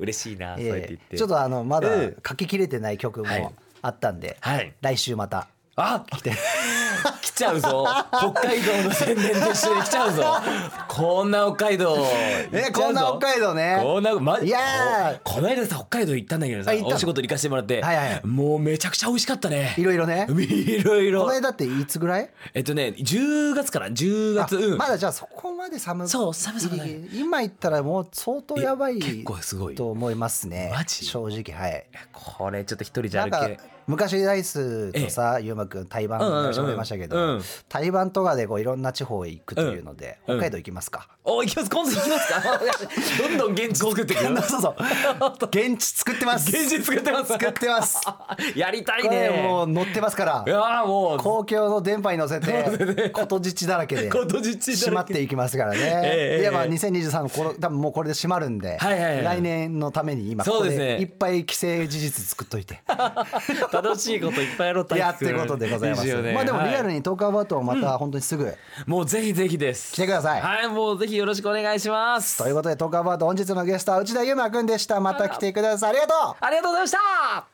[SPEAKER 3] 嬉しいなそうやって
[SPEAKER 2] え
[SPEAKER 3] 言っ
[SPEAKER 2] え
[SPEAKER 3] て
[SPEAKER 2] ちょっとあのまだ
[SPEAKER 3] ええ
[SPEAKER 2] 書ききれてない曲
[SPEAKER 3] はい
[SPEAKER 2] もあったんで、
[SPEAKER 3] はい
[SPEAKER 2] 来週また
[SPEAKER 3] あ来て 来ちゃうぞ北海道の宣伝と一緒に来ちゃうぞこんな北海道
[SPEAKER 2] えこんな北海道ね
[SPEAKER 3] こんなま
[SPEAKER 2] いやー
[SPEAKER 3] ここの間さ北海道行ったんだけどさ
[SPEAKER 2] あ行ったの
[SPEAKER 3] お仕事に行かせてもらって、
[SPEAKER 2] はいはいはい
[SPEAKER 3] もうめちゃくちゃ美味しかったね
[SPEAKER 2] いろいろね
[SPEAKER 3] いろい
[SPEAKER 2] こ
[SPEAKER 3] ろ
[SPEAKER 2] の間っていつぐらい
[SPEAKER 3] えっとね10月から10
[SPEAKER 2] あ
[SPEAKER 3] 月うん
[SPEAKER 2] まだじゃあそこまで寒い
[SPEAKER 3] そう寒さがない
[SPEAKER 2] 今言ったらもう相当やばい
[SPEAKER 3] いや結構すごい
[SPEAKER 2] と思いますね
[SPEAKER 3] マジ
[SPEAKER 2] 正直はい
[SPEAKER 3] これちょっと一人じ
[SPEAKER 2] な
[SPEAKER 3] ゃ
[SPEAKER 2] んか
[SPEAKER 3] 歩け
[SPEAKER 2] 昔ダイスとさゆうまくん対バンの話もありましたけ
[SPEAKER 3] うんうんうんう
[SPEAKER 2] ど
[SPEAKER 3] ん
[SPEAKER 2] 対バンとかでこういろんな地方へ行くというので
[SPEAKER 3] うん
[SPEAKER 2] 北海道行きますか
[SPEAKER 3] お行きます今度行きますか どんどん現地作ってくる
[SPEAKER 2] そうそう現地作ってます
[SPEAKER 3] 現地作ってます
[SPEAKER 2] 作って ます
[SPEAKER 3] やりたい
[SPEAKER 2] これ
[SPEAKER 3] ね
[SPEAKER 2] もう乗ってますから
[SPEAKER 3] いやーもう
[SPEAKER 2] 公共の電波に乗せてことじちだらけで
[SPEAKER 3] ことじちだ
[SPEAKER 2] 閉ま
[SPEAKER 3] ら
[SPEAKER 2] っ
[SPEAKER 3] け
[SPEAKER 2] ていきますからね、
[SPEAKER 3] ええ
[SPEAKER 2] いやまあ2023のこの多分もうこれで閉まるんで、
[SPEAKER 3] はいはいはい
[SPEAKER 2] 来年のために今こ
[SPEAKER 3] そう
[SPEAKER 2] こ
[SPEAKER 3] ですね
[SPEAKER 2] でいっぱい規制事実作っといて
[SPEAKER 3] 楽しいこといっぱいやろう
[SPEAKER 2] やってことでございますまあでもリアル
[SPEAKER 3] に
[SPEAKER 2] にトークアバウトをまた本当にすぐ、
[SPEAKER 3] もうぜひぜひです
[SPEAKER 2] 来てください
[SPEAKER 3] はいもうぜひよろしくお願いします
[SPEAKER 2] ということでトークアバウト本日のゲストは内田優馬くんでしたまた来てくださいありがとう
[SPEAKER 3] ありがとうございました